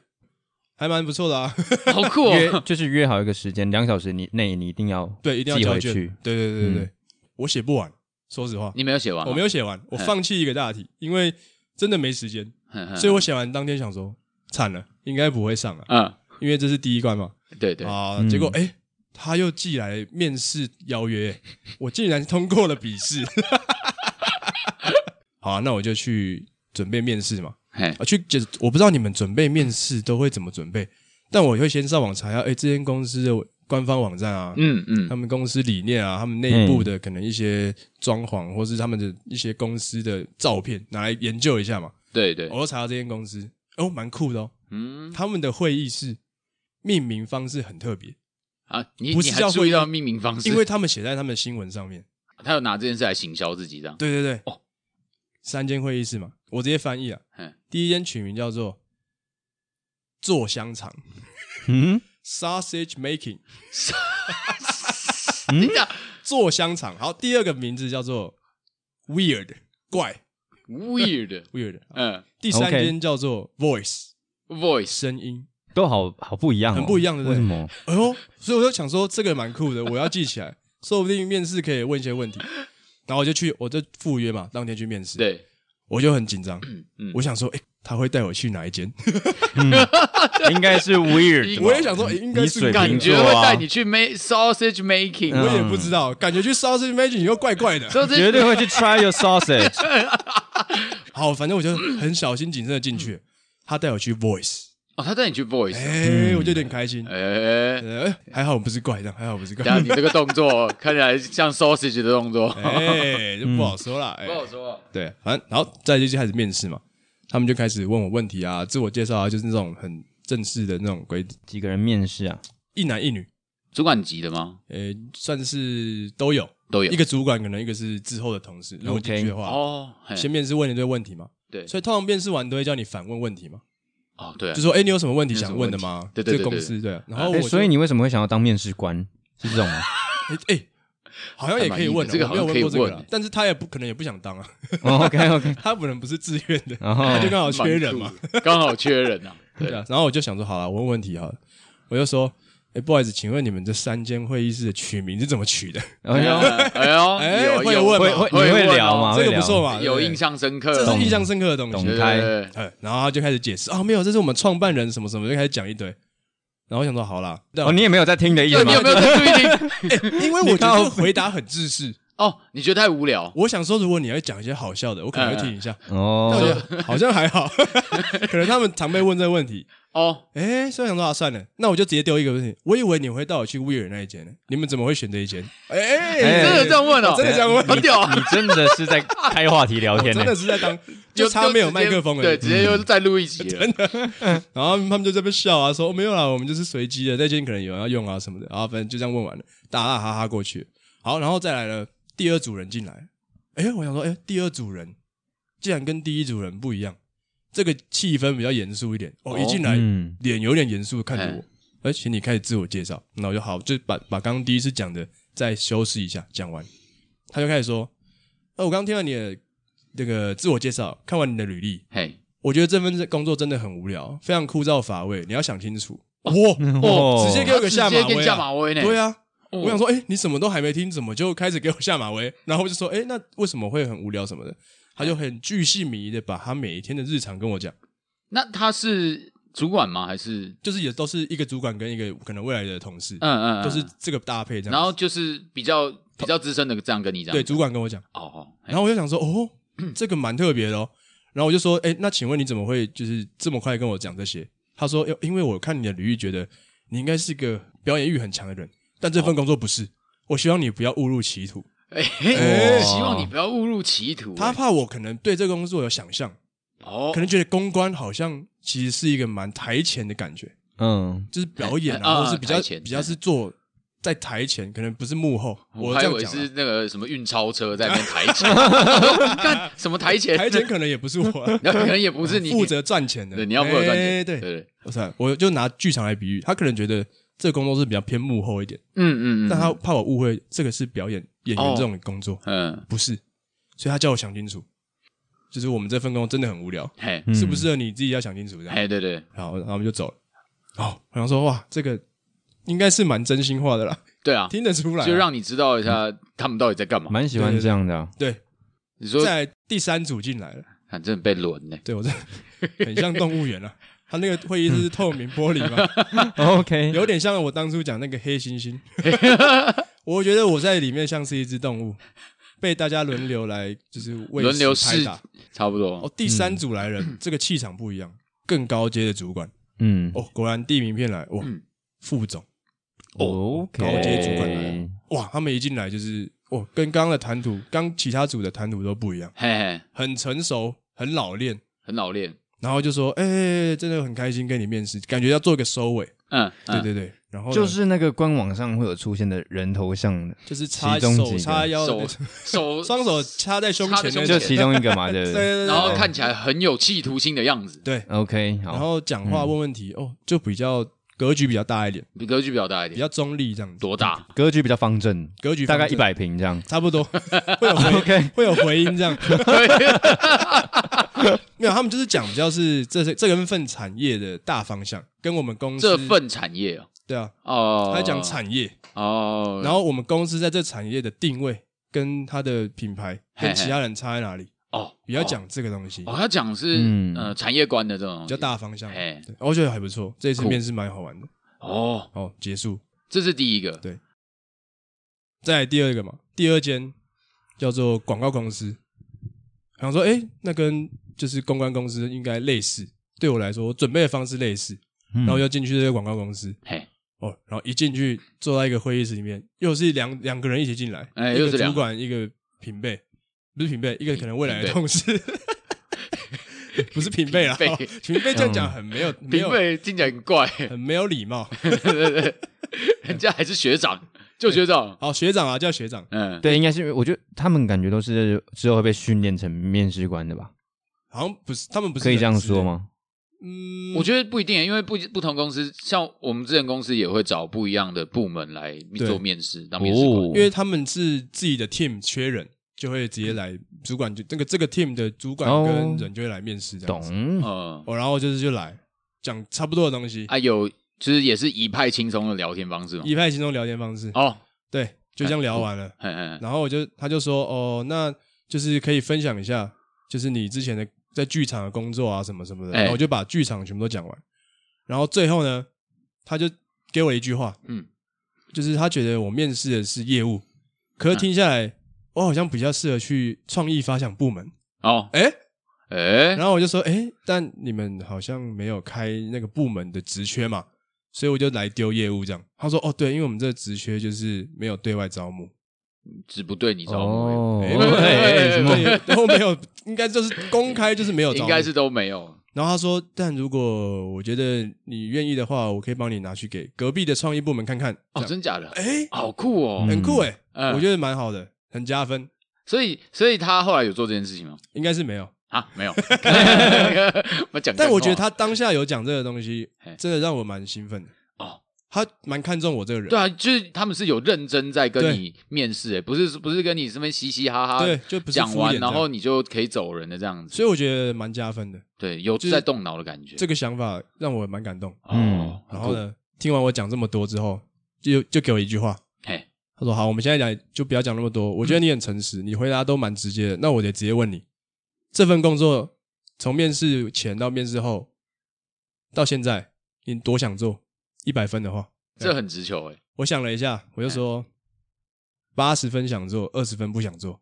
[SPEAKER 1] 还蛮不错的啊。 *laughs*
[SPEAKER 2] 好酷
[SPEAKER 3] 约
[SPEAKER 2] 哦。
[SPEAKER 3] 就是约好一个时间，两小时你内你一定要
[SPEAKER 1] 对，一定要
[SPEAKER 3] 寄
[SPEAKER 1] 交
[SPEAKER 3] 回
[SPEAKER 1] 卷。
[SPEAKER 3] 去
[SPEAKER 1] 对。对对对对，我写不完，说实话，
[SPEAKER 2] 嗯你没有写完吗？嗯
[SPEAKER 1] 我没有写完，我
[SPEAKER 2] 嘿
[SPEAKER 1] 放弃一个大题，因为真的没时间，
[SPEAKER 2] 哼，哼
[SPEAKER 1] 所以我写完当天想说，惨了，应该不会上啊，
[SPEAKER 2] 嗯，
[SPEAKER 1] 因为这是第一关嘛。
[SPEAKER 2] 对对，
[SPEAKER 1] 啊，
[SPEAKER 3] 嗯
[SPEAKER 1] 结果哎、诶他又寄来面试邀约，
[SPEAKER 2] *laughs*
[SPEAKER 1] 我竟然通过了笔试。 *laughs* 好、啊，那我就去准备面试嘛。
[SPEAKER 2] 嘿，
[SPEAKER 1] 啊，去就是我不知道你们准备面试都会怎么准备，但我会先上网查一下，哎、这间公司的官方网站啊，
[SPEAKER 2] 嗯
[SPEAKER 1] 他
[SPEAKER 2] 嗯，
[SPEAKER 1] 们公司理念啊，他们内部的可能一些装潢，或是他们的一些公司的照片，拿来研究一下嘛。
[SPEAKER 2] 对对，
[SPEAKER 1] 我都查到这间公司，哦，蛮酷的哦。
[SPEAKER 2] 嗯
[SPEAKER 1] 他们的会议室命名方式很特别，
[SPEAKER 2] 啊，你
[SPEAKER 1] 不
[SPEAKER 2] 你
[SPEAKER 1] 是
[SPEAKER 2] 还
[SPEAKER 1] 叫
[SPEAKER 2] 注
[SPEAKER 1] 会
[SPEAKER 2] 意
[SPEAKER 1] 议
[SPEAKER 2] 到命名方式，
[SPEAKER 1] 因为他们写在他们的新闻上面。
[SPEAKER 2] 他有拿这件事来行销自己这样。
[SPEAKER 1] 对对对，
[SPEAKER 2] 哦
[SPEAKER 1] 三间会议室嘛，我直接翻译啊
[SPEAKER 2] 嗯。
[SPEAKER 1] 第一间取名叫做“做香肠
[SPEAKER 3] 嗯，”
[SPEAKER 1] （Sausage *laughs* Making），嗯
[SPEAKER 2] 等一下
[SPEAKER 1] 做香肠。好，第二个名字叫做 “Weird”，怪 *laughs*
[SPEAKER 2] ，weird，
[SPEAKER 1] weird。
[SPEAKER 2] 嗯
[SPEAKER 1] 第三
[SPEAKER 3] OK
[SPEAKER 1] 间叫做 “Voice”，
[SPEAKER 2] ，voice，
[SPEAKER 1] 声音。
[SPEAKER 3] 都好好不一样哦，
[SPEAKER 1] 很不一样对不
[SPEAKER 3] 为
[SPEAKER 1] 对
[SPEAKER 3] 什么？
[SPEAKER 1] 哎呦，所以我就想说这个蛮酷的，我要记起来，说不定面试可以问一些问题。然后我就去，我就赴约嘛，当天去面试。，
[SPEAKER 2] 对，
[SPEAKER 1] 我就很紧张，
[SPEAKER 2] 嗯
[SPEAKER 1] 我想说，哎、他会带我去哪一间？
[SPEAKER 3] 应该是 weird，吧
[SPEAKER 1] *laughs* 我也想说，哎应该
[SPEAKER 3] 你
[SPEAKER 1] 是
[SPEAKER 3] 水
[SPEAKER 1] 感
[SPEAKER 2] 感
[SPEAKER 3] 瓶
[SPEAKER 1] 觉，
[SPEAKER 2] 觉
[SPEAKER 3] 座
[SPEAKER 2] 会
[SPEAKER 3] 啊
[SPEAKER 2] 带你去 make sausage making，
[SPEAKER 1] 我
[SPEAKER 3] 嗯
[SPEAKER 1] 也不知道，感觉去 Sausage Magic 又怪怪的。
[SPEAKER 2] sausage
[SPEAKER 3] 绝对会去 try your sausage。 *laughs*
[SPEAKER 1] 好，反正我就很小心谨慎的进去。他带我去 Voice，
[SPEAKER 2] 哦，他带你去
[SPEAKER 1] 哎、
[SPEAKER 2] voice，
[SPEAKER 1] 我就有点开心。哎、
[SPEAKER 2] 哎，
[SPEAKER 1] 还好我不是怪，这样还好我不是怪
[SPEAKER 2] 等一。下你这个动作 *laughs* 看起来像 sausage 的动作，
[SPEAKER 1] 哎、就不好说了。哎、
[SPEAKER 2] 嗯不好说。
[SPEAKER 1] 对，反正然后再就开始面试嘛，他们就开始问我问题啊，自我介绍啊，就是那种很正式的那种规矩，
[SPEAKER 3] 几个人面试啊？
[SPEAKER 1] 一男一女，
[SPEAKER 2] 主管级的吗？
[SPEAKER 1] 呃，算是都有，
[SPEAKER 2] 都有
[SPEAKER 1] 一个主管可能一个是之后的同事，如果进去的话，
[SPEAKER 2] 哦，嘿
[SPEAKER 1] 先面试问一堆问题嘛，
[SPEAKER 2] 对，
[SPEAKER 1] 所以通常面试完都会叫你反问问题嘛，
[SPEAKER 2] 哦对啊
[SPEAKER 1] 就，说哎，你有什么问题
[SPEAKER 2] 你有什
[SPEAKER 1] 想
[SPEAKER 2] 么
[SPEAKER 1] 问的吗？
[SPEAKER 2] 题对对
[SPEAKER 1] 这
[SPEAKER 2] 对
[SPEAKER 1] 个公
[SPEAKER 2] 对
[SPEAKER 1] 司对啊，然后我
[SPEAKER 3] 哎，
[SPEAKER 1] 就
[SPEAKER 3] 所以你为什么会想要当面试官？是这种吗？ *laughs*
[SPEAKER 1] 哎哎，好像也可以问啊，
[SPEAKER 2] 还蛮硬的这个
[SPEAKER 1] 我
[SPEAKER 2] 好
[SPEAKER 1] 没有问过这
[SPEAKER 2] 像可以
[SPEAKER 1] 个
[SPEAKER 2] 问
[SPEAKER 1] 啦
[SPEAKER 2] 欸，
[SPEAKER 1] 但是他也不可能也不想当啊， *laughs*
[SPEAKER 3] 哦，OK OK，
[SPEAKER 1] 他可能不是自愿的，
[SPEAKER 3] 然后
[SPEAKER 1] 他就刚好缺人嘛
[SPEAKER 2] 蛮，酷的， *laughs* 刚好缺人啊。
[SPEAKER 1] 对啊，然后我就想说，好了，我问问题好了，我就说，哎、不好意思，请问你们这三间会议室的取名是怎么取的？
[SPEAKER 3] 哎呦，
[SPEAKER 2] 哎呦，
[SPEAKER 1] 哎
[SPEAKER 2] 有
[SPEAKER 1] 会
[SPEAKER 2] 有
[SPEAKER 1] 问
[SPEAKER 3] 会
[SPEAKER 1] 嘛
[SPEAKER 3] 会
[SPEAKER 2] 会
[SPEAKER 3] 你会
[SPEAKER 2] 问
[SPEAKER 3] 聊
[SPEAKER 2] 哦
[SPEAKER 3] 吗？
[SPEAKER 1] 这个
[SPEAKER 3] 会聊
[SPEAKER 1] 不错嘛，
[SPEAKER 2] 有
[SPEAKER 1] 对不对
[SPEAKER 2] 印，象深刻，
[SPEAKER 1] 这是
[SPEAKER 3] 懂
[SPEAKER 1] 印象深刻的东
[SPEAKER 3] 懂
[SPEAKER 1] 西。
[SPEAKER 2] 对
[SPEAKER 3] 开
[SPEAKER 2] 对对
[SPEAKER 1] 哎，然后他就开始解释啊，没有，这是我们创办人什么什么，就开始讲一堆。然后我想说，好啦，但
[SPEAKER 3] 哦，你也没有在听的意
[SPEAKER 2] 对，
[SPEAKER 3] 思吗
[SPEAKER 2] 你有？没有在注意听？
[SPEAKER 1] 因为我觉得这个回答很自私，
[SPEAKER 2] 哦，你觉得太无聊？
[SPEAKER 1] 我想说，如果你要讲一些好笑的，我可能会听一下。但我觉
[SPEAKER 3] 哦，
[SPEAKER 1] 得好像还好， *laughs* 可能他们常被问这个问题。
[SPEAKER 2] 哦，
[SPEAKER 1] 哎，所以我想说啊，算了，那我就直接丢一个问题。我以为你会带我去威尔那一间呢，你们怎么会选这一间？哎，
[SPEAKER 2] 你真的这样问哦
[SPEAKER 1] 我？真的这样问
[SPEAKER 2] 好屌啊！
[SPEAKER 3] 你真的是在开话题聊天
[SPEAKER 1] 真
[SPEAKER 3] 呢
[SPEAKER 1] 的？是在当，
[SPEAKER 2] 又
[SPEAKER 1] 就差没有麦克风了。
[SPEAKER 2] 对，直接又再录一集了。
[SPEAKER 1] 然后他们就在那边笑啊，说、哦没有啦，我们就是随机的，那间可能有人要用啊什么的，然后反正就这样问完了，大大哈哈过去。好，然后再来了第二组人进来，哎，我想说，哎，第二组人竟然跟第一组人不一样，这个气氛比较严肃一点。哦，
[SPEAKER 2] 哦
[SPEAKER 1] 一进来、
[SPEAKER 3] 嗯，
[SPEAKER 1] 脸有点严肃地看着
[SPEAKER 2] 哎
[SPEAKER 1] 我，哎，请你开始自我介绍。那我就好，就把把刚刚第一次讲的再修饰一下，讲完，他就开始说，呃，我刚听完你的那个自我介绍，看完你的履历，
[SPEAKER 2] 嘿，
[SPEAKER 1] 我觉得这份工作真的很无聊，非常枯燥乏味。你要想清楚。哇，
[SPEAKER 3] 哦
[SPEAKER 1] 直接给
[SPEAKER 2] 他
[SPEAKER 1] 我个
[SPEAKER 2] 直
[SPEAKER 1] 下
[SPEAKER 2] 接
[SPEAKER 1] 马
[SPEAKER 2] 给你
[SPEAKER 1] 威、啊
[SPEAKER 2] 下马威呢？
[SPEAKER 1] 对啊，
[SPEAKER 2] 哦，
[SPEAKER 1] 我想说，哎、你什么都还没听，怎么就开始给我下马威？ *laughs* 然后我就说，哎、那为什么会很无聊什么的？他就很巨细靡遗的把他每一天的日常跟我讲，
[SPEAKER 2] 那他是主管吗？还是
[SPEAKER 1] 就是也都是一个主管跟一个可能未来的同事，
[SPEAKER 2] 嗯嗯，
[SPEAKER 1] 就是
[SPEAKER 2] 嗯
[SPEAKER 1] 这个搭配这样。
[SPEAKER 2] 然后就是比较比较资深的这样跟你讲，
[SPEAKER 1] 对主管跟我讲，
[SPEAKER 2] 哦哦，嘿
[SPEAKER 1] 然后我就想说，
[SPEAKER 2] *clears throat*
[SPEAKER 1] 哦，这个蛮特别的哦。然后我就说，哎，那请问你怎么会就是这么快跟我讲这些？他说，哟因为我看你的履历，觉得你应该是个表演欲很强的人，但这
[SPEAKER 2] 哦
[SPEAKER 1] 份工作不是。我希望你不要误入歧途。
[SPEAKER 2] 哎，
[SPEAKER 1] 哎
[SPEAKER 2] 希望你不要误入歧途。
[SPEAKER 1] 他
[SPEAKER 2] 哎
[SPEAKER 1] 怕我可能对这个工作有想象，
[SPEAKER 2] 哦
[SPEAKER 1] 可能觉得公关好像其实是一个蛮台前的感觉，
[SPEAKER 3] 嗯，
[SPEAKER 1] 就是表演
[SPEAKER 2] 哎哎
[SPEAKER 1] 啊，
[SPEAKER 2] 啊
[SPEAKER 1] 或是比较
[SPEAKER 2] 台前
[SPEAKER 1] 比较是做在台前，可能不是幕后。
[SPEAKER 2] 我
[SPEAKER 1] 我
[SPEAKER 2] 还
[SPEAKER 1] 这
[SPEAKER 2] 以
[SPEAKER 1] 样
[SPEAKER 2] 为
[SPEAKER 1] 讲啊
[SPEAKER 2] 是，那个什么运钞车在那边台
[SPEAKER 1] *laughs*
[SPEAKER 2] *laughs* 前，你看什么台前，
[SPEAKER 1] 台前
[SPEAKER 2] *laughs*
[SPEAKER 1] 可能也不是我啊
[SPEAKER 2] 然后可能也不是你
[SPEAKER 1] 负，责赚钱的，
[SPEAKER 2] 对，你要负责赚
[SPEAKER 1] 哎
[SPEAKER 2] 钱，
[SPEAKER 1] 对。
[SPEAKER 2] 对，
[SPEAKER 1] 我操！我就拿剧场来比喻，他可能觉得这个工作是比较偏幕后一点，
[SPEAKER 2] 嗯嗯嗯，哦
[SPEAKER 1] 但他怕我误会这个是表演演员这种工作，
[SPEAKER 2] 嗯
[SPEAKER 1] 不是，所以他叫我想清楚，就是我们这份工作真的很无聊，
[SPEAKER 2] 嘿，
[SPEAKER 3] 嗯
[SPEAKER 1] 适不适合你自己要想清楚这样。
[SPEAKER 2] 嘿，对对
[SPEAKER 1] 好，然后我们就走了。哦，我想说哇，这个应该是蛮真心话的啦，
[SPEAKER 2] 对啊，
[SPEAKER 1] 听得出来啊。
[SPEAKER 2] 就让你知道一下他们到底在干嘛。
[SPEAKER 3] 蛮喜欢这样的啊。
[SPEAKER 1] 对，
[SPEAKER 2] 你说，
[SPEAKER 1] 在第三组进来了，
[SPEAKER 2] 反正被轮呢，
[SPEAKER 1] 对我这 *laughs* 很像动物园了、啊。他那个会议室是透明玻璃嘛，
[SPEAKER 3] OK，
[SPEAKER 1] 有点像我当初讲那个黑猩
[SPEAKER 2] *laughs*
[SPEAKER 1] 猩。我觉得我在里面像是一只动物，被大家轮流来，就是喂
[SPEAKER 2] 轮流
[SPEAKER 1] 食拍
[SPEAKER 2] 试嗯
[SPEAKER 1] 打。
[SPEAKER 2] 差不多
[SPEAKER 1] 哦，，第三组来人，这个气场不一样，更高阶的主管。
[SPEAKER 3] 嗯，
[SPEAKER 1] 哦，果然递名片来，哇，
[SPEAKER 2] 嗯
[SPEAKER 1] 副总，
[SPEAKER 3] ，OK，
[SPEAKER 1] 高阶主管来了哇，他们一进来就是哇，跟刚刚的谈吐，刚其他组的谈吐都不一样，
[SPEAKER 2] 嘿嘿，
[SPEAKER 1] 很成熟，很老练，
[SPEAKER 2] 很老练，
[SPEAKER 1] 然后就说，哎、真的很开心跟你面试，感觉要做个收尾，
[SPEAKER 2] 嗯，
[SPEAKER 1] 对
[SPEAKER 2] 嗯
[SPEAKER 1] 对对，然后呢
[SPEAKER 3] 就是那个官网上会有出现的人头像的，
[SPEAKER 1] 就是插
[SPEAKER 3] 其中
[SPEAKER 1] 手
[SPEAKER 3] 几个
[SPEAKER 1] 插腰的那种，
[SPEAKER 2] 手
[SPEAKER 1] *laughs*
[SPEAKER 2] 手，
[SPEAKER 1] 双手插在胸前
[SPEAKER 2] 插在胸
[SPEAKER 1] 那
[SPEAKER 2] 前
[SPEAKER 3] 就
[SPEAKER 1] 种，
[SPEAKER 3] 其中一个嘛，对不
[SPEAKER 1] 对
[SPEAKER 3] 对
[SPEAKER 1] 对对，
[SPEAKER 2] 然后
[SPEAKER 1] 对
[SPEAKER 2] 看起来很有企图心的样子，
[SPEAKER 1] 对，
[SPEAKER 3] ？OK，
[SPEAKER 1] 然
[SPEAKER 3] 好，嗯
[SPEAKER 1] 后讲话问问题，哦，就比较格局比较大一点，
[SPEAKER 2] 比格局比较大一
[SPEAKER 1] 比
[SPEAKER 2] 点，
[SPEAKER 1] 较中立这样子，*laughs*
[SPEAKER 2] 多大？
[SPEAKER 3] 格局比较方正，
[SPEAKER 1] 格局
[SPEAKER 3] 大概
[SPEAKER 1] 方
[SPEAKER 3] 一
[SPEAKER 1] 正
[SPEAKER 3] 百平这样。
[SPEAKER 1] 差不
[SPEAKER 3] *laughs*
[SPEAKER 1] 多，会有回
[SPEAKER 3] OK，
[SPEAKER 1] 会有回音这样。 *laughs*
[SPEAKER 2] *laughs*
[SPEAKER 1] 没有，他们就是讲比较是这是这个份产业的大方向，跟我们公司
[SPEAKER 2] 这份产业哦
[SPEAKER 1] 对啊，
[SPEAKER 2] 哦，
[SPEAKER 1] 他讲产业，
[SPEAKER 2] 哦，
[SPEAKER 1] 然后我们公司在这产业的定位跟它的品牌
[SPEAKER 2] 嘿
[SPEAKER 1] 跟其他人差在哪里，
[SPEAKER 2] 哦，
[SPEAKER 1] 比较讲这个东西，
[SPEAKER 2] 哦，他讲是
[SPEAKER 3] 嗯
[SPEAKER 2] 呃产业观的这种东
[SPEAKER 1] 比
[SPEAKER 2] 西
[SPEAKER 1] 较大方向。
[SPEAKER 2] 嘿
[SPEAKER 1] 对我觉得还不错，这一次
[SPEAKER 2] 酷
[SPEAKER 1] 面试蛮好玩的。
[SPEAKER 2] 哦，
[SPEAKER 1] 哦，结束，
[SPEAKER 2] 这是第一个，
[SPEAKER 1] 对再来第二个嘛，第二间叫做广告公司。想说，哎、那跟就是公关公司应该类似，对我来说，我准备的方式类似，
[SPEAKER 3] 然
[SPEAKER 2] 嗯
[SPEAKER 1] 然后要进去这个广告公司。
[SPEAKER 2] 嘿，
[SPEAKER 1] 哦，然后一进去坐在一个会议室里面，又是两两个人一起进来，
[SPEAKER 2] 哎
[SPEAKER 1] 一
[SPEAKER 2] 又是
[SPEAKER 1] 个
[SPEAKER 2] 两
[SPEAKER 1] 主
[SPEAKER 2] 个
[SPEAKER 1] 管，一个平辈，不是平辈，一个可能未来的
[SPEAKER 2] 平辈
[SPEAKER 1] 同事， *laughs* 不是平辈啦，
[SPEAKER 2] 平
[SPEAKER 1] 哦
[SPEAKER 2] 辈嗯
[SPEAKER 1] 平辈这样讲很没有，没
[SPEAKER 2] 评
[SPEAKER 1] 有
[SPEAKER 2] 委听起来很
[SPEAKER 1] *laughs*
[SPEAKER 2] 怪，
[SPEAKER 1] 很没有礼貌。
[SPEAKER 2] 人家还是学长，就学长，
[SPEAKER 1] 好，学长啊，叫学长，
[SPEAKER 2] 嗯，
[SPEAKER 3] 对，应该是因为我觉得他们感觉都是之后会被训练成面试官的吧？
[SPEAKER 1] 好像不是，他们不是
[SPEAKER 3] 可以这样
[SPEAKER 1] 人资
[SPEAKER 3] 说？吗？
[SPEAKER 1] 嗯，
[SPEAKER 2] 我觉得不一定，因为不不同公司，像我们之前公司也会找不一样的部门来
[SPEAKER 1] 对
[SPEAKER 2] 做面试，当面试
[SPEAKER 3] 哦
[SPEAKER 2] 官。
[SPEAKER 1] 因为他们是自己的 team 缺人，就会直接来主管就那个这个 team 的主管
[SPEAKER 3] 哦
[SPEAKER 1] 跟人就会来面试这样子。
[SPEAKER 3] 懂，
[SPEAKER 2] 嗯，
[SPEAKER 1] 哦，然后就是就来讲差不多的东西，
[SPEAKER 3] 哎
[SPEAKER 2] 啊，有就是也是一派轻松的聊天方式嘛。
[SPEAKER 1] 一派轻松聊天方式。
[SPEAKER 2] 哦，
[SPEAKER 1] 对，就这
[SPEAKER 3] 哎
[SPEAKER 1] 样聊完了。
[SPEAKER 2] 嘿嘿，嘿
[SPEAKER 1] 然后我就他就说哦，那就是可以分享一下，就是你之前的在剧场的工作啊什么什么的。
[SPEAKER 2] 哎
[SPEAKER 1] 然后我就把剧场全部都讲完。然后最后呢，他就给我一句话，
[SPEAKER 2] 嗯，
[SPEAKER 1] 就是他觉得我面试的是业务，可是听下来，
[SPEAKER 2] 啊
[SPEAKER 1] 我好像比较适合去创意发想部门。
[SPEAKER 2] 哦，
[SPEAKER 1] 哎、
[SPEAKER 2] 哎，
[SPEAKER 1] 然后我就说，哎、但你们好像没有开那个部门的职缺嘛，所以我就来丢业务这样。他说，哦，对，因为我们这个职缺就是没有对外招募，
[SPEAKER 2] 只不对你招募，
[SPEAKER 3] 哦，
[SPEAKER 1] 哎
[SPEAKER 3] 哎
[SPEAKER 1] 没有
[SPEAKER 3] 哎哎什么？
[SPEAKER 1] 对，然后没有，应该就是公开就是没有招募，
[SPEAKER 2] 应该是。都没有。哦
[SPEAKER 1] 然后他说，但如果我觉得你愿意的话，我可以帮你拿去给隔壁的创意部门看看。
[SPEAKER 2] 哦，
[SPEAKER 1] 这样
[SPEAKER 2] 真假的，
[SPEAKER 1] 哎、
[SPEAKER 2] 好酷哦！
[SPEAKER 3] 嗯
[SPEAKER 1] 很酷哎、
[SPEAKER 2] 嗯
[SPEAKER 1] 我觉得蛮好的，很加分。
[SPEAKER 2] 所以，所以他后来有做这件事情吗？
[SPEAKER 1] 应该是没有，
[SPEAKER 2] 啊，没
[SPEAKER 1] *laughs*
[SPEAKER 2] 有。我讲干话，
[SPEAKER 1] 但我觉得他当下有讲这个东西
[SPEAKER 2] 嘿，
[SPEAKER 1] 真的让我蛮兴奋的。
[SPEAKER 2] 哦，
[SPEAKER 1] 他蛮看重我这个人，
[SPEAKER 2] 对啊，就是他们是有认真在跟
[SPEAKER 1] 对
[SPEAKER 2] 你面试，哎，不是不是跟你这边嘻嘻哈哈
[SPEAKER 1] 对，就不是
[SPEAKER 2] 讲
[SPEAKER 1] 敷衍
[SPEAKER 2] 完
[SPEAKER 1] 这
[SPEAKER 2] 然
[SPEAKER 1] 样
[SPEAKER 2] 后你就可以走人的这样子。
[SPEAKER 1] 所以我觉得蛮加分的。
[SPEAKER 2] 对，有
[SPEAKER 1] 就是
[SPEAKER 2] 在动脑的感觉。
[SPEAKER 1] 这个想法让我蛮感动。
[SPEAKER 2] 哦，
[SPEAKER 1] 然后呢，听完我讲这么多之后，就就给我一句话，
[SPEAKER 2] 嘿，
[SPEAKER 1] 他说：“好，我们现在讲就不要讲那么多。我觉得你很诚实，你回答都蛮直接的。那我得直接问你，这份工作从面试前到面试后到现在，你多想做？一百分的话，
[SPEAKER 2] 这很直球哎，
[SPEAKER 1] 我想了一下，我就说八十分想做，二十分不想做。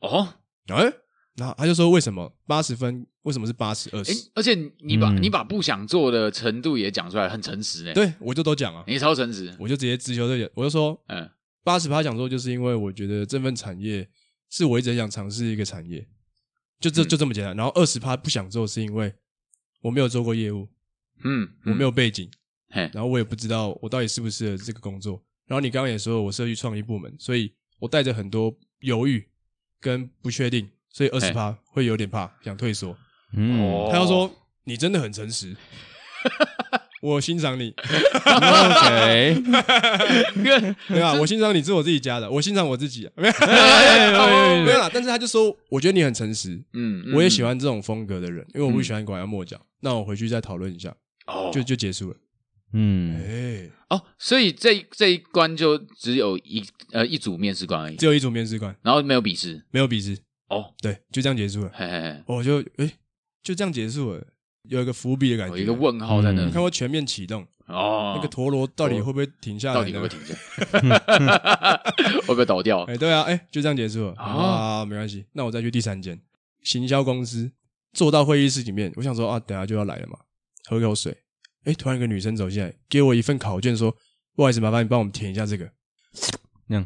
[SPEAKER 2] 哦，
[SPEAKER 1] 哎、然后他就说为什么八十分？为什么是八十二
[SPEAKER 2] 哎
[SPEAKER 1] 十？，
[SPEAKER 2] 而且你把
[SPEAKER 3] 嗯
[SPEAKER 2] 你把不想做的程度也讲出来，很诚实哎，，
[SPEAKER 1] 对我就都讲啊，
[SPEAKER 2] 你超诚实，
[SPEAKER 1] 我就直接直球对决，我就说
[SPEAKER 2] 嗯，
[SPEAKER 1] 八十趴想做，就是因为我觉得这份产业是我一直很想尝试一个产业，就这
[SPEAKER 2] 嗯
[SPEAKER 1] 就这么简单。然后二十趴不想做，是因为我没有做过业务，
[SPEAKER 2] 嗯，
[SPEAKER 1] 我没
[SPEAKER 2] 有，
[SPEAKER 1] 有背景，
[SPEAKER 2] 嘿，
[SPEAKER 1] 然后我也不知道我到底适不适合这个工作。然后你刚刚也说我社区创意部门，所以我带着很多犹豫跟不确定，所以二十趴会有点怕，想退缩。
[SPEAKER 3] 嗯，
[SPEAKER 2] 哦
[SPEAKER 1] 他就说：“你真的很诚
[SPEAKER 2] *laughs*
[SPEAKER 1] 实，我欣赏你，
[SPEAKER 3] ，OK，
[SPEAKER 1] 对吧？啊我欣赏你是我自己家的，我欣赏我自己、啊，
[SPEAKER 2] *laughs*
[SPEAKER 1] 没有没有啦。但是他就说，我觉得你很诚实，
[SPEAKER 2] 嗯，嗯
[SPEAKER 1] 我也喜欢这种风格的人，因为我不喜欢拐弯抹角。那我回去再讨论一下，
[SPEAKER 2] 哦，
[SPEAKER 1] 就就结束了。
[SPEAKER 3] 嗯，
[SPEAKER 1] 哎，
[SPEAKER 2] 哦，所以这这一关就只有一呃一组面试官而已
[SPEAKER 1] 只，有一组面试官，
[SPEAKER 2] 然后没有笔试，
[SPEAKER 1] 没有笔试，
[SPEAKER 2] 哦，
[SPEAKER 1] 对，就这样结束了。
[SPEAKER 2] 嘿嘿嘿，
[SPEAKER 1] 我就哎，就这样结束了，有一个伏笔的感
[SPEAKER 2] 有
[SPEAKER 1] 觉，
[SPEAKER 2] 哦一个问号在那
[SPEAKER 1] 你
[SPEAKER 2] 里
[SPEAKER 1] 看，我全面启动，
[SPEAKER 2] 哦，
[SPEAKER 1] 那个陀螺到底会不会停下来呢？
[SPEAKER 2] 到底会不会停下来？会不会倒掉？
[SPEAKER 1] 哎、对啊，哎、就这样结束了
[SPEAKER 2] 啊
[SPEAKER 1] 啊没关系，那我再去第三间行销公司，坐到会议室里面，我想说啊，等下就要来了嘛，喝口水。哎、突然一个女生走进来，给我一份考卷，说：“不好意思，麻烦你帮我们填一下这个，
[SPEAKER 3] 那样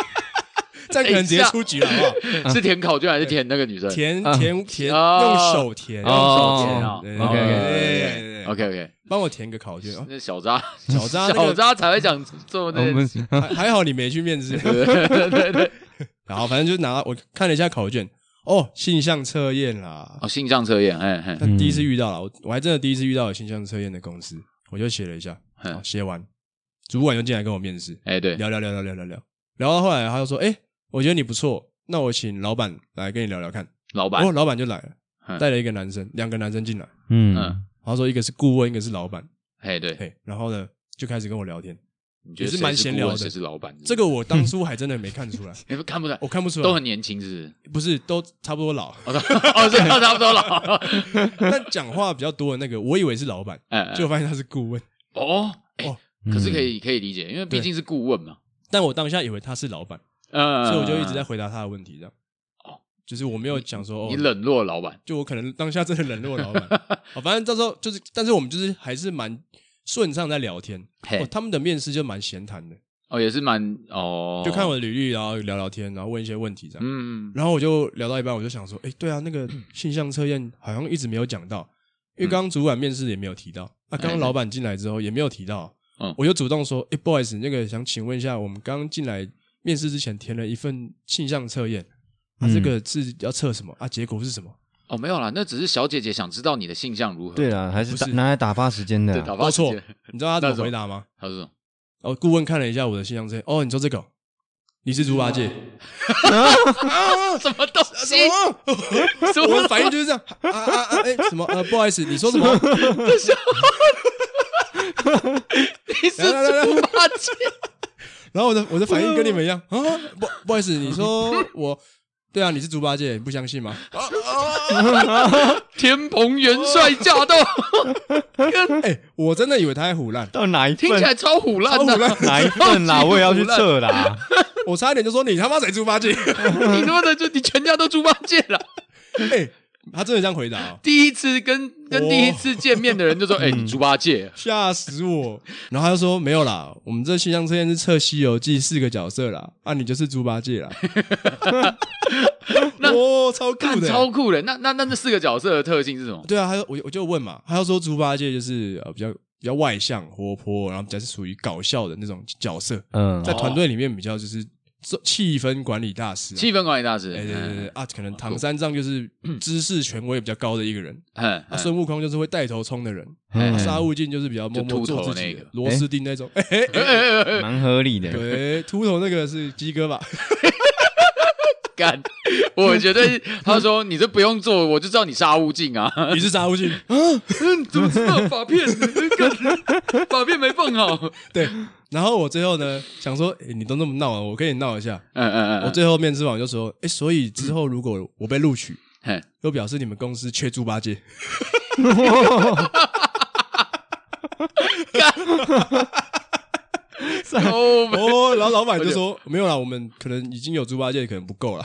[SPEAKER 1] *laughs* 这样可能直接出局了，好不好？
[SPEAKER 2] 是填考卷还是填那个女生？
[SPEAKER 1] 填
[SPEAKER 3] 啊
[SPEAKER 1] 填填，
[SPEAKER 2] 啊
[SPEAKER 1] 用手填，
[SPEAKER 3] 哦
[SPEAKER 1] 用手填
[SPEAKER 2] 哦
[SPEAKER 1] 对
[SPEAKER 3] OK，OK，
[SPEAKER 1] 对对对
[SPEAKER 2] OK OK，
[SPEAKER 1] 帮我填个考卷。哦
[SPEAKER 2] 那小渣
[SPEAKER 1] 小渣那个
[SPEAKER 2] 小渣才会想做
[SPEAKER 3] 我
[SPEAKER 2] 那
[SPEAKER 3] 们
[SPEAKER 2] 件
[SPEAKER 1] 还还好你没去面试，
[SPEAKER 2] 对对对，
[SPEAKER 1] 然后反正就拿我看了一下考卷，哦，性向测验啦，
[SPEAKER 2] 哦，性向测验，哎哎，
[SPEAKER 1] 但第一次遇到了，我我还真的第一次遇到有性向测验的公司，我就写了一下，
[SPEAKER 2] 嗯
[SPEAKER 1] 好写完，主管就进来跟我面试，
[SPEAKER 2] 哎对，
[SPEAKER 1] 聊聊聊聊聊聊聊，聊到后来他就说，哎、我觉得你不错，那我请老板来跟你聊聊看，
[SPEAKER 2] 老板
[SPEAKER 1] 然后，老板就来了，
[SPEAKER 2] 嗯
[SPEAKER 1] 带了一个男生，两个男生进来，
[SPEAKER 3] 嗯
[SPEAKER 2] 嗯，
[SPEAKER 1] 他说一个是顾问，一个是老板，
[SPEAKER 2] 哎对，
[SPEAKER 1] 嘿，然后呢就开始跟我聊天，
[SPEAKER 2] 你觉得
[SPEAKER 1] 也
[SPEAKER 2] 谁
[SPEAKER 1] 是蛮闲
[SPEAKER 2] 顾
[SPEAKER 1] 聊
[SPEAKER 2] 问
[SPEAKER 1] 的
[SPEAKER 2] 谁是老板？
[SPEAKER 1] 这个我当初还真的没看
[SPEAKER 2] *laughs*
[SPEAKER 1] 出来，
[SPEAKER 2] 你们看不出来
[SPEAKER 1] 我，看不出来，
[SPEAKER 2] 都很年轻，是
[SPEAKER 1] 不是都差不多
[SPEAKER 2] *laughs*
[SPEAKER 1] 老，
[SPEAKER 2] 不是？哦，哦是差不多了，
[SPEAKER 1] 但讲话比较多的那个，我以为是老板，
[SPEAKER 2] 哎，哎
[SPEAKER 1] 结果发现他是顾问。
[SPEAKER 2] 哦，哎
[SPEAKER 1] 哦，
[SPEAKER 2] 可是可以可以理解，因为毕
[SPEAKER 1] 对
[SPEAKER 2] 竟是顾问嘛，
[SPEAKER 1] 但我当下以为他是老板，
[SPEAKER 2] 嗯，哦
[SPEAKER 1] 所以我就一直在回答他的问题，这样。就是我没有讲说
[SPEAKER 2] 你
[SPEAKER 1] 哦，
[SPEAKER 2] 冷落老板，
[SPEAKER 1] 就我可能当下真的冷落老
[SPEAKER 2] *laughs*
[SPEAKER 1] 板。哦，反正到时候就是，但是我们就是还是蛮顺畅在聊天。
[SPEAKER 2] 嘿
[SPEAKER 1] 哦，他们的面试就蛮闲谈的，
[SPEAKER 2] 哦，也是蛮哦，
[SPEAKER 1] 就看我，的履历，然后聊聊天，然后问一些问题这样。
[SPEAKER 2] 嗯，
[SPEAKER 1] 然后我就聊到一半，我就想说，哎，对啊，那个性向测验好像一直没有讲到，因
[SPEAKER 2] 嗯
[SPEAKER 1] 为刚刚主管面试也没有提到，啊，刚刚老板进来之后也没有提到。
[SPEAKER 2] 哎嗯
[SPEAKER 1] 我就主动说，哎，不好意思，那个想请问一下，我们刚进来面试之前填了一份性向测验，啊，
[SPEAKER 3] 嗯
[SPEAKER 1] 这个是要测什么啊？结果是什么？
[SPEAKER 2] 哦，没有啦，那只是小姐姐想知道你的性向如何，
[SPEAKER 3] 对了，还是
[SPEAKER 1] 不是
[SPEAKER 3] 打拿来打发时间的
[SPEAKER 2] 对，
[SPEAKER 3] 啊，
[SPEAKER 2] 打
[SPEAKER 1] 报
[SPEAKER 2] 发
[SPEAKER 1] 错
[SPEAKER 2] 时间，
[SPEAKER 1] 你知道他
[SPEAKER 2] 那
[SPEAKER 1] 怎么
[SPEAKER 2] 种
[SPEAKER 1] 回答吗？
[SPEAKER 2] 他说
[SPEAKER 1] 哦，顾问看了一下我的性向测验，哦，你说这个哦，你是猪八戒？
[SPEAKER 2] 嗯
[SPEAKER 1] 啊
[SPEAKER 2] 什么东 *laughs* 西？
[SPEAKER 1] *laughs*
[SPEAKER 2] 什
[SPEAKER 1] 我的
[SPEAKER 2] 么
[SPEAKER 1] 反应就是这样啊啊啊！哎，什么？呃，不好意思，你说什么？
[SPEAKER 2] 你是
[SPEAKER 1] 来来来
[SPEAKER 2] 猪八戒？
[SPEAKER 1] 然后我的我的反应跟你们
[SPEAKER 2] *laughs*
[SPEAKER 1] 一样啊，不不好意思，你说我 *laughs* 对啊，你是猪八戒，你不相信吗？啊
[SPEAKER 2] *laughs* 天蓬元帅驾到，
[SPEAKER 1] 哎，我真的以为他在胡乱，
[SPEAKER 3] 到哪一份
[SPEAKER 2] 听起来超虎烂啊的，
[SPEAKER 3] 哪一份啦？我也要去测啦。
[SPEAKER 1] 我差一点就说你他妈才猪八
[SPEAKER 2] *laughs*
[SPEAKER 1] 戒！
[SPEAKER 2] *laughs* 你他妈的就你全家都猪八戒了。
[SPEAKER 1] 哎，他真的这样回答哦，
[SPEAKER 2] *laughs* 第一次跟跟
[SPEAKER 1] 哦
[SPEAKER 2] 第一次见面的人 *laughs* 就说：“哎，你猪八戒。
[SPEAKER 1] 吓死我！然后他就说没有啦，我们这形象测验是测《西游记》四个角色啦，啊，你就是猪八
[SPEAKER 2] *laughs*
[SPEAKER 1] 戒啦。哦，超”酷
[SPEAKER 2] 看，
[SPEAKER 1] 的，
[SPEAKER 2] 超酷的。那那那那四个角色的特性是什么？
[SPEAKER 1] 对啊，他就我我就问嘛，他就说猪八戒就是呃比较比较外向、活泼，然后比较是属于搞笑的那种角色，
[SPEAKER 2] 哦
[SPEAKER 3] 嗯
[SPEAKER 1] 在团队里面比较就是做气氛管理大师啊、
[SPEAKER 2] 气氛管理大师。
[SPEAKER 1] 哎对对对
[SPEAKER 2] 嗯
[SPEAKER 1] 啊，可能唐三藏就是知识权威比较高的一个人，
[SPEAKER 2] 嗯
[SPEAKER 1] 啊，孙悟空就是会带头冲的人，
[SPEAKER 3] 嗯
[SPEAKER 1] 啊，沙悟净就是比较默
[SPEAKER 2] 就
[SPEAKER 1] 默
[SPEAKER 2] 秃头
[SPEAKER 1] 做自己
[SPEAKER 2] 那
[SPEAKER 1] 的
[SPEAKER 2] 个
[SPEAKER 1] 螺丝钉那种。哎哎哎
[SPEAKER 3] 蛮合理
[SPEAKER 1] *laughs*
[SPEAKER 3] 的。
[SPEAKER 1] 对，秃头那个是鸡
[SPEAKER 2] *laughs*
[SPEAKER 1] 哥吧？
[SPEAKER 2] 干， *laughs* 我觉得他说你这不用做，我就知道你杀悟净啊。
[SPEAKER 1] 你是沙悟净？
[SPEAKER 2] *laughs* 嗯，怎么知道发 *laughs* 片？干发片没放好。
[SPEAKER 1] 对。然后我最后呢，想说、哎你都那么闹了，我跟你闹一下。
[SPEAKER 2] 嗯嗯嗯，
[SPEAKER 1] 我最后面试完就说，哎、所以之后如果我被录取，
[SPEAKER 2] 嘿
[SPEAKER 1] 就表示你们公司缺猪八
[SPEAKER 2] *laughs*
[SPEAKER 1] 戒。
[SPEAKER 2] 哦
[SPEAKER 1] 哦，然后老板就
[SPEAKER 2] *laughs*
[SPEAKER 1] 说没有啦，我们可能已经有猪八戒，可能不够了，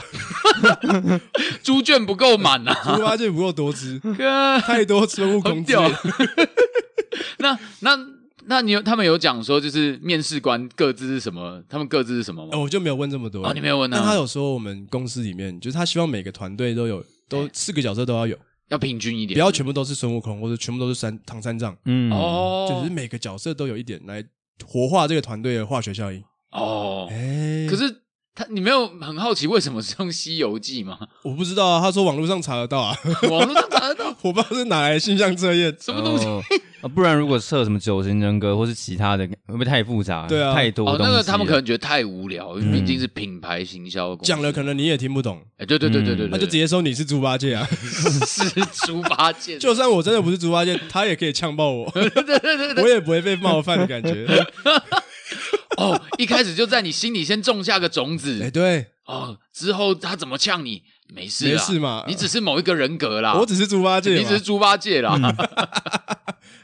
[SPEAKER 2] 猪圈不够满啊。
[SPEAKER 1] *laughs* 猪八戒不够多只，
[SPEAKER 2] *laughs* 干
[SPEAKER 1] 太多孙悟空之类的。 *laughs*
[SPEAKER 2] *laughs* 那那那你有他们有讲说，就是面试官各自是什么？他们各自是什么
[SPEAKER 1] 哎
[SPEAKER 2] 吗？
[SPEAKER 1] 我就没有问这么多。
[SPEAKER 2] 哦，你没有问
[SPEAKER 1] 但他
[SPEAKER 2] 啊？
[SPEAKER 1] 有说我们公司里面，就是他希望每个团队都有，都四个角色都要有，
[SPEAKER 2] 要平均一
[SPEAKER 1] 不
[SPEAKER 2] 点。
[SPEAKER 1] 要全部都是孙悟空，或者全部都是三唐三藏，
[SPEAKER 3] 嗯，
[SPEAKER 2] 哦，
[SPEAKER 1] 就是每个角色都有一点来活化这个团队的化学效应。
[SPEAKER 2] 哦。
[SPEAKER 1] 哎，
[SPEAKER 2] 可是他，你没有很好奇为什么是用《西游记》
[SPEAKER 1] *laughs*
[SPEAKER 2] 吗？
[SPEAKER 1] 我不知道啊，他说网络上查得到啊， *laughs*
[SPEAKER 2] 网络上查得到
[SPEAKER 1] 我不知道是哪来的性向测验。
[SPEAKER 2] 什么东西？
[SPEAKER 3] 哦啊不然如果测什么九型人格或是其他的，会不会太复杂？
[SPEAKER 1] 对啊
[SPEAKER 3] 太多
[SPEAKER 2] 哦，
[SPEAKER 3] 东
[SPEAKER 2] 那
[SPEAKER 3] 西嗯
[SPEAKER 2] 个
[SPEAKER 3] 了。
[SPEAKER 2] 他们可能觉得太无聊，因为毕竟是品牌行销公司
[SPEAKER 1] 讲了可能你也听不懂，
[SPEAKER 2] 哎，对对对对对，对
[SPEAKER 1] 那就直接说你是猪八
[SPEAKER 2] *laughs*
[SPEAKER 1] 戒啊。
[SPEAKER 2] 是猪八戒，
[SPEAKER 1] *laughs* 就算我真的不是猪八戒，他也可以呛爆我，
[SPEAKER 2] *laughs* 对对对对
[SPEAKER 1] 我也不会被冒犯的感
[SPEAKER 2] *laughs*
[SPEAKER 1] 觉。
[SPEAKER 2] 哦，一开始就在你心里先种下个种
[SPEAKER 1] 哎，
[SPEAKER 2] 子
[SPEAKER 1] 对
[SPEAKER 2] 哦，之后他怎么呛你没事啦
[SPEAKER 1] 没事嘛
[SPEAKER 2] 啊你只是某一个人格啦，
[SPEAKER 1] 我只是嗯猪八戒
[SPEAKER 2] 你
[SPEAKER 1] 嘛
[SPEAKER 2] 只，是猪八戒啦，
[SPEAKER 1] *laughs*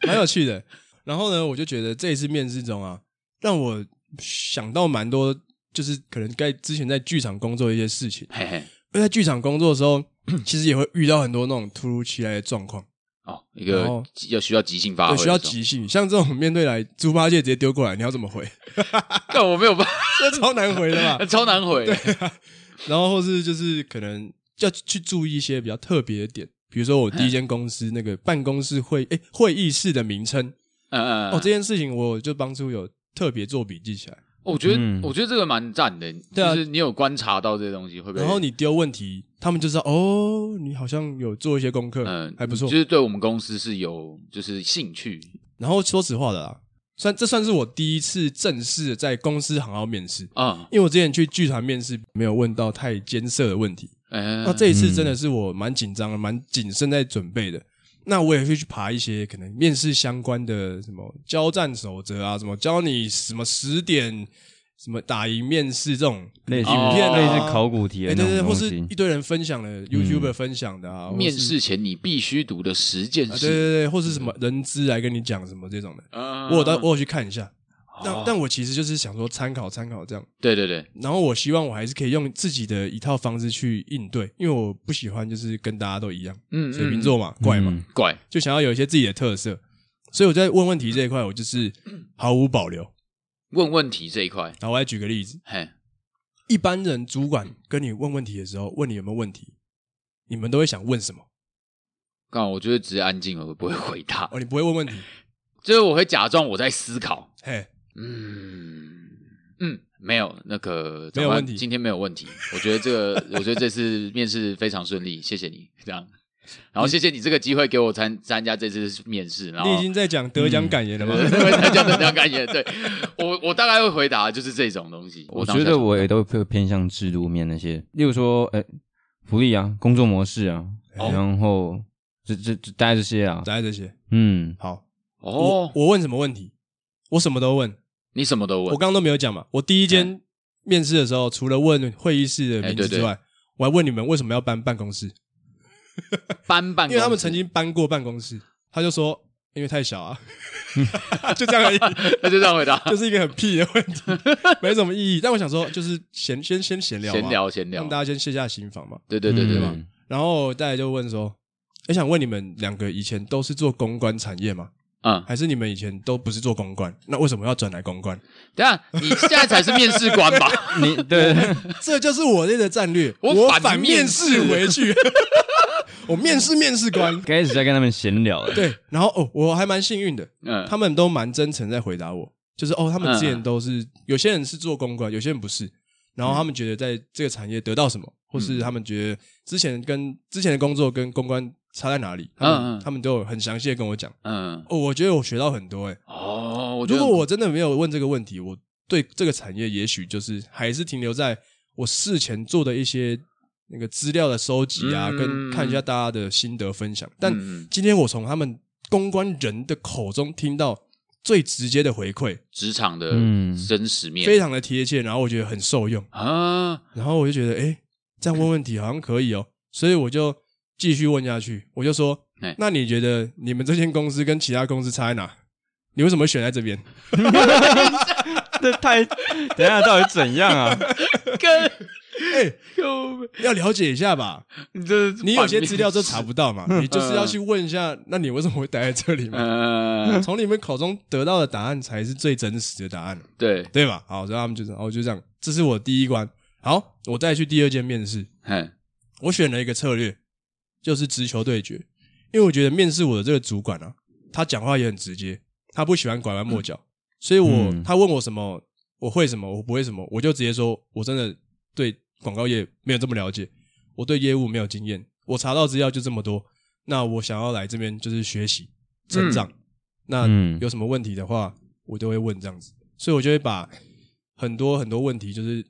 [SPEAKER 1] 蛮有趣的。然后呢，我就觉得这一次面试中啊，让我想到蛮多，就是可能在之前在剧场工作的一些事情。
[SPEAKER 2] 嘿嘿，
[SPEAKER 1] *clears throat* 因为在剧场工作的时候，其实也会遇到很多那种突如其来的状况。
[SPEAKER 2] 哦，一个
[SPEAKER 1] 然后
[SPEAKER 2] 即要需要即兴发挥
[SPEAKER 1] 对，
[SPEAKER 2] 的
[SPEAKER 1] 需
[SPEAKER 2] 时候，
[SPEAKER 1] 要即兴。像这种面对来猪八戒直接丢过来，你要怎么
[SPEAKER 2] *laughs*
[SPEAKER 1] 回？
[SPEAKER 2] 但我没有办
[SPEAKER 1] 这超难回的嘛
[SPEAKER 2] 法，。超难回。
[SPEAKER 1] 然后或是就是可能要去注意一些比较特别的点，比如说我第一间公司那个办公室会诶、会议室的名称
[SPEAKER 2] 嗯嗯，嗯
[SPEAKER 1] 哦，这件事情我就帮初有特别做笔记起来，
[SPEAKER 2] 哦我觉得、
[SPEAKER 3] 嗯
[SPEAKER 2] 我觉得这个蛮赞的，
[SPEAKER 1] 对啊
[SPEAKER 2] 就是你有观察到这些东西会不会？
[SPEAKER 1] 然后你丢问题，他们就知道哦，你好像有做一些功课，
[SPEAKER 2] 嗯、
[SPEAKER 1] 还不错
[SPEAKER 2] 就。是对我们公司是有就是兴趣。
[SPEAKER 1] 然后说实话的啦，算这算是我第一次正式在公司行号面试，
[SPEAKER 2] 啊，
[SPEAKER 1] 因为我之前去剧团面试没有问到太艰涩的问题，
[SPEAKER 2] 嗯，
[SPEAKER 1] 啊那这一次真的是我蛮紧张的，蛮谨慎在准备的。那我也会去爬一些可能面试相关的什么交战守则啊，什么教你什么十点什么打赢面试这种
[SPEAKER 3] 类似
[SPEAKER 1] 影片啊
[SPEAKER 3] 类似考古题
[SPEAKER 1] 哎、
[SPEAKER 3] 的
[SPEAKER 1] 对
[SPEAKER 3] 那
[SPEAKER 1] 对，
[SPEAKER 3] 种
[SPEAKER 1] 或
[SPEAKER 3] 东
[SPEAKER 1] 是
[SPEAKER 3] 西嗯
[SPEAKER 1] 一。堆人分享的 YouTuber 分享的啊，或是
[SPEAKER 2] 面试前你必须读的十件
[SPEAKER 1] 啊，对对
[SPEAKER 2] 事，
[SPEAKER 1] 对，或是什么人资来跟你讲什么这种的，
[SPEAKER 2] 嗯
[SPEAKER 1] 我有到我有去看一下。但、
[SPEAKER 2] 哦
[SPEAKER 1] 但我其实就是想说参考参考这样，
[SPEAKER 2] 对对对，
[SPEAKER 1] 然后我希望我还是可以用自己的一套方式去应对，因为我不喜欢就是跟大家都一样，
[SPEAKER 2] 嗯，
[SPEAKER 1] 水瓶
[SPEAKER 2] 嗯
[SPEAKER 1] 座嘛，怪嘛，
[SPEAKER 3] 嗯
[SPEAKER 2] 怪，
[SPEAKER 1] 就想要有一些自己的特色。所以我在问问题这一块，我就是毫无保留。
[SPEAKER 2] 问问题这一块，
[SPEAKER 1] 然后我来举个例子，
[SPEAKER 2] 嘿，
[SPEAKER 1] 一般人主管跟你问问题的时候，问你有没有问题，你们都会想问什么？
[SPEAKER 2] 刚好我就是直接安静了，我不会回答，
[SPEAKER 1] 哦，你不会问问题，
[SPEAKER 2] 就是我会假装我在思考，
[SPEAKER 1] 嘿，
[SPEAKER 2] 嗯嗯，没有那个
[SPEAKER 1] 没有
[SPEAKER 2] 长官
[SPEAKER 1] 问题
[SPEAKER 2] 今天没有问题，我觉得这个，我觉得这次面试非常顺利，谢谢你，这样，然后谢谢你这个机会给我参参加这次面试，然后嗯
[SPEAKER 1] 你
[SPEAKER 2] *laughs*
[SPEAKER 1] 已经在讲得奖感言了吗？ *laughs*
[SPEAKER 2] 会参加这样感觉，对我我大概会回答就是这种东西，
[SPEAKER 3] 我
[SPEAKER 2] 当下
[SPEAKER 3] 觉得我也都会偏向制度面那些，例如说，呃，福利啊，工作模式啊，
[SPEAKER 2] 哦
[SPEAKER 3] 然后这这这大概这些啊，
[SPEAKER 1] 大概这些。
[SPEAKER 3] 嗯，
[SPEAKER 1] 好，
[SPEAKER 2] 哦
[SPEAKER 1] 我，我问什么问题？我什么都问，
[SPEAKER 2] 你什么都
[SPEAKER 1] 我
[SPEAKER 2] 问，
[SPEAKER 1] 刚刚都没有讲嘛。我第一
[SPEAKER 2] 哎
[SPEAKER 1] 间面试的时候，除了问会议室的名字之外，我还问你们为什么要搬办公室，
[SPEAKER 2] 搬办公室，
[SPEAKER 1] 因为他们曾
[SPEAKER 2] *laughs*
[SPEAKER 1] 经搬过办公室，他就说因为太小啊，就这样而已。
[SPEAKER 2] 他就这样回答，
[SPEAKER 1] *laughs* 就是一个很屁的问题，没什么意义。但我想说，就是闲先先闲聊嘛，啊
[SPEAKER 2] 闲聊闲聊
[SPEAKER 1] 让，大家先卸下心防嘛。
[SPEAKER 2] 对对对对
[SPEAKER 3] 嗯
[SPEAKER 2] 嘛，
[SPEAKER 1] 然后大家就问说：“我想问你们两个以前都是做公关产业吗？
[SPEAKER 2] 嗯，
[SPEAKER 1] 还是你们以前都不是做公关？那为什么要转来公关？
[SPEAKER 2] 等一下你现在才是面试官吧？
[SPEAKER 1] *laughs*
[SPEAKER 3] 你对，对对
[SPEAKER 1] 这就是我这个战略，
[SPEAKER 2] 我
[SPEAKER 1] 我
[SPEAKER 2] 反
[SPEAKER 1] 反面
[SPEAKER 2] 面
[SPEAKER 1] 试
[SPEAKER 2] 试
[SPEAKER 1] 回去， *laughs* 我面试面试官。
[SPEAKER 3] 开始在跟他们闲聊了，
[SPEAKER 1] 对，然后哦，我还蛮幸运的，
[SPEAKER 2] 嗯，
[SPEAKER 1] 他们都蛮真诚在回答我，就是哦，他们之前
[SPEAKER 2] 嗯
[SPEAKER 1] 都是、有些人是做公关，有些人不是，然后他们觉得在这个产业得到什么，或
[SPEAKER 2] 嗯
[SPEAKER 1] 是他们觉得之前跟之前的工作跟公关差在哪里，他们、
[SPEAKER 2] 嗯嗯
[SPEAKER 1] 他们都有很详细的跟我讲。
[SPEAKER 2] 嗯，
[SPEAKER 1] 哦，我觉得我学到很多诶、欸
[SPEAKER 2] 哦，我觉
[SPEAKER 1] 如
[SPEAKER 2] 得
[SPEAKER 1] 果我真的没有问这个问题，我对这个产业也许就是还是停留在我事前做的一些那个资料的收集啊，
[SPEAKER 2] 嗯
[SPEAKER 1] 跟看一下大家的心得分享。但
[SPEAKER 2] 嗯
[SPEAKER 1] 今天我从他们公关人的口中听到最直接的回馈，
[SPEAKER 2] 职场的
[SPEAKER 3] 嗯
[SPEAKER 2] 真实面、
[SPEAKER 1] 非常的贴切，然后我觉得很受用， *laughs*
[SPEAKER 2] 啊，
[SPEAKER 1] 然后我就觉得，诶，这样问问题好像可以哦，所以我就继续问下去，我就说
[SPEAKER 2] 哎，
[SPEAKER 1] 那你觉得你们这间公司跟其他公司差在哪？你为什么会选在这边？
[SPEAKER 3] 这太，等一下到底怎样啊？
[SPEAKER 2] 跟
[SPEAKER 1] 哎，要了解一下吧，
[SPEAKER 2] *laughs* 你这
[SPEAKER 1] *laughs* 你有些资料就查不到嘛，你就是要去问一下，那你为什么会待在这里嘛？
[SPEAKER 2] *laughs* 嗯，
[SPEAKER 1] 从你们口中得到的答案才是最真实的答案，
[SPEAKER 2] 对，
[SPEAKER 1] 对吧？好，然后他们就这样，哦，就这样，这是我第一关。好，我再去第二间面试，
[SPEAKER 2] 嘿，
[SPEAKER 1] 我选了一个策略，就是直球对决，因为我觉得面试我的这个主管啊，他讲话也很直接，他不喜欢拐弯抹角，所以我、
[SPEAKER 3] 嗯
[SPEAKER 1] 他问我什么，我会什么，我不会什么，我就直接说，我真的对广告业没有这么了解，我对业务没有经验，我查到资料就这么多，那我想要来这边就是学习成长，那
[SPEAKER 3] 嗯
[SPEAKER 1] 有什么问题的话，我都会问这样子，所以我就会把很多很多问题就是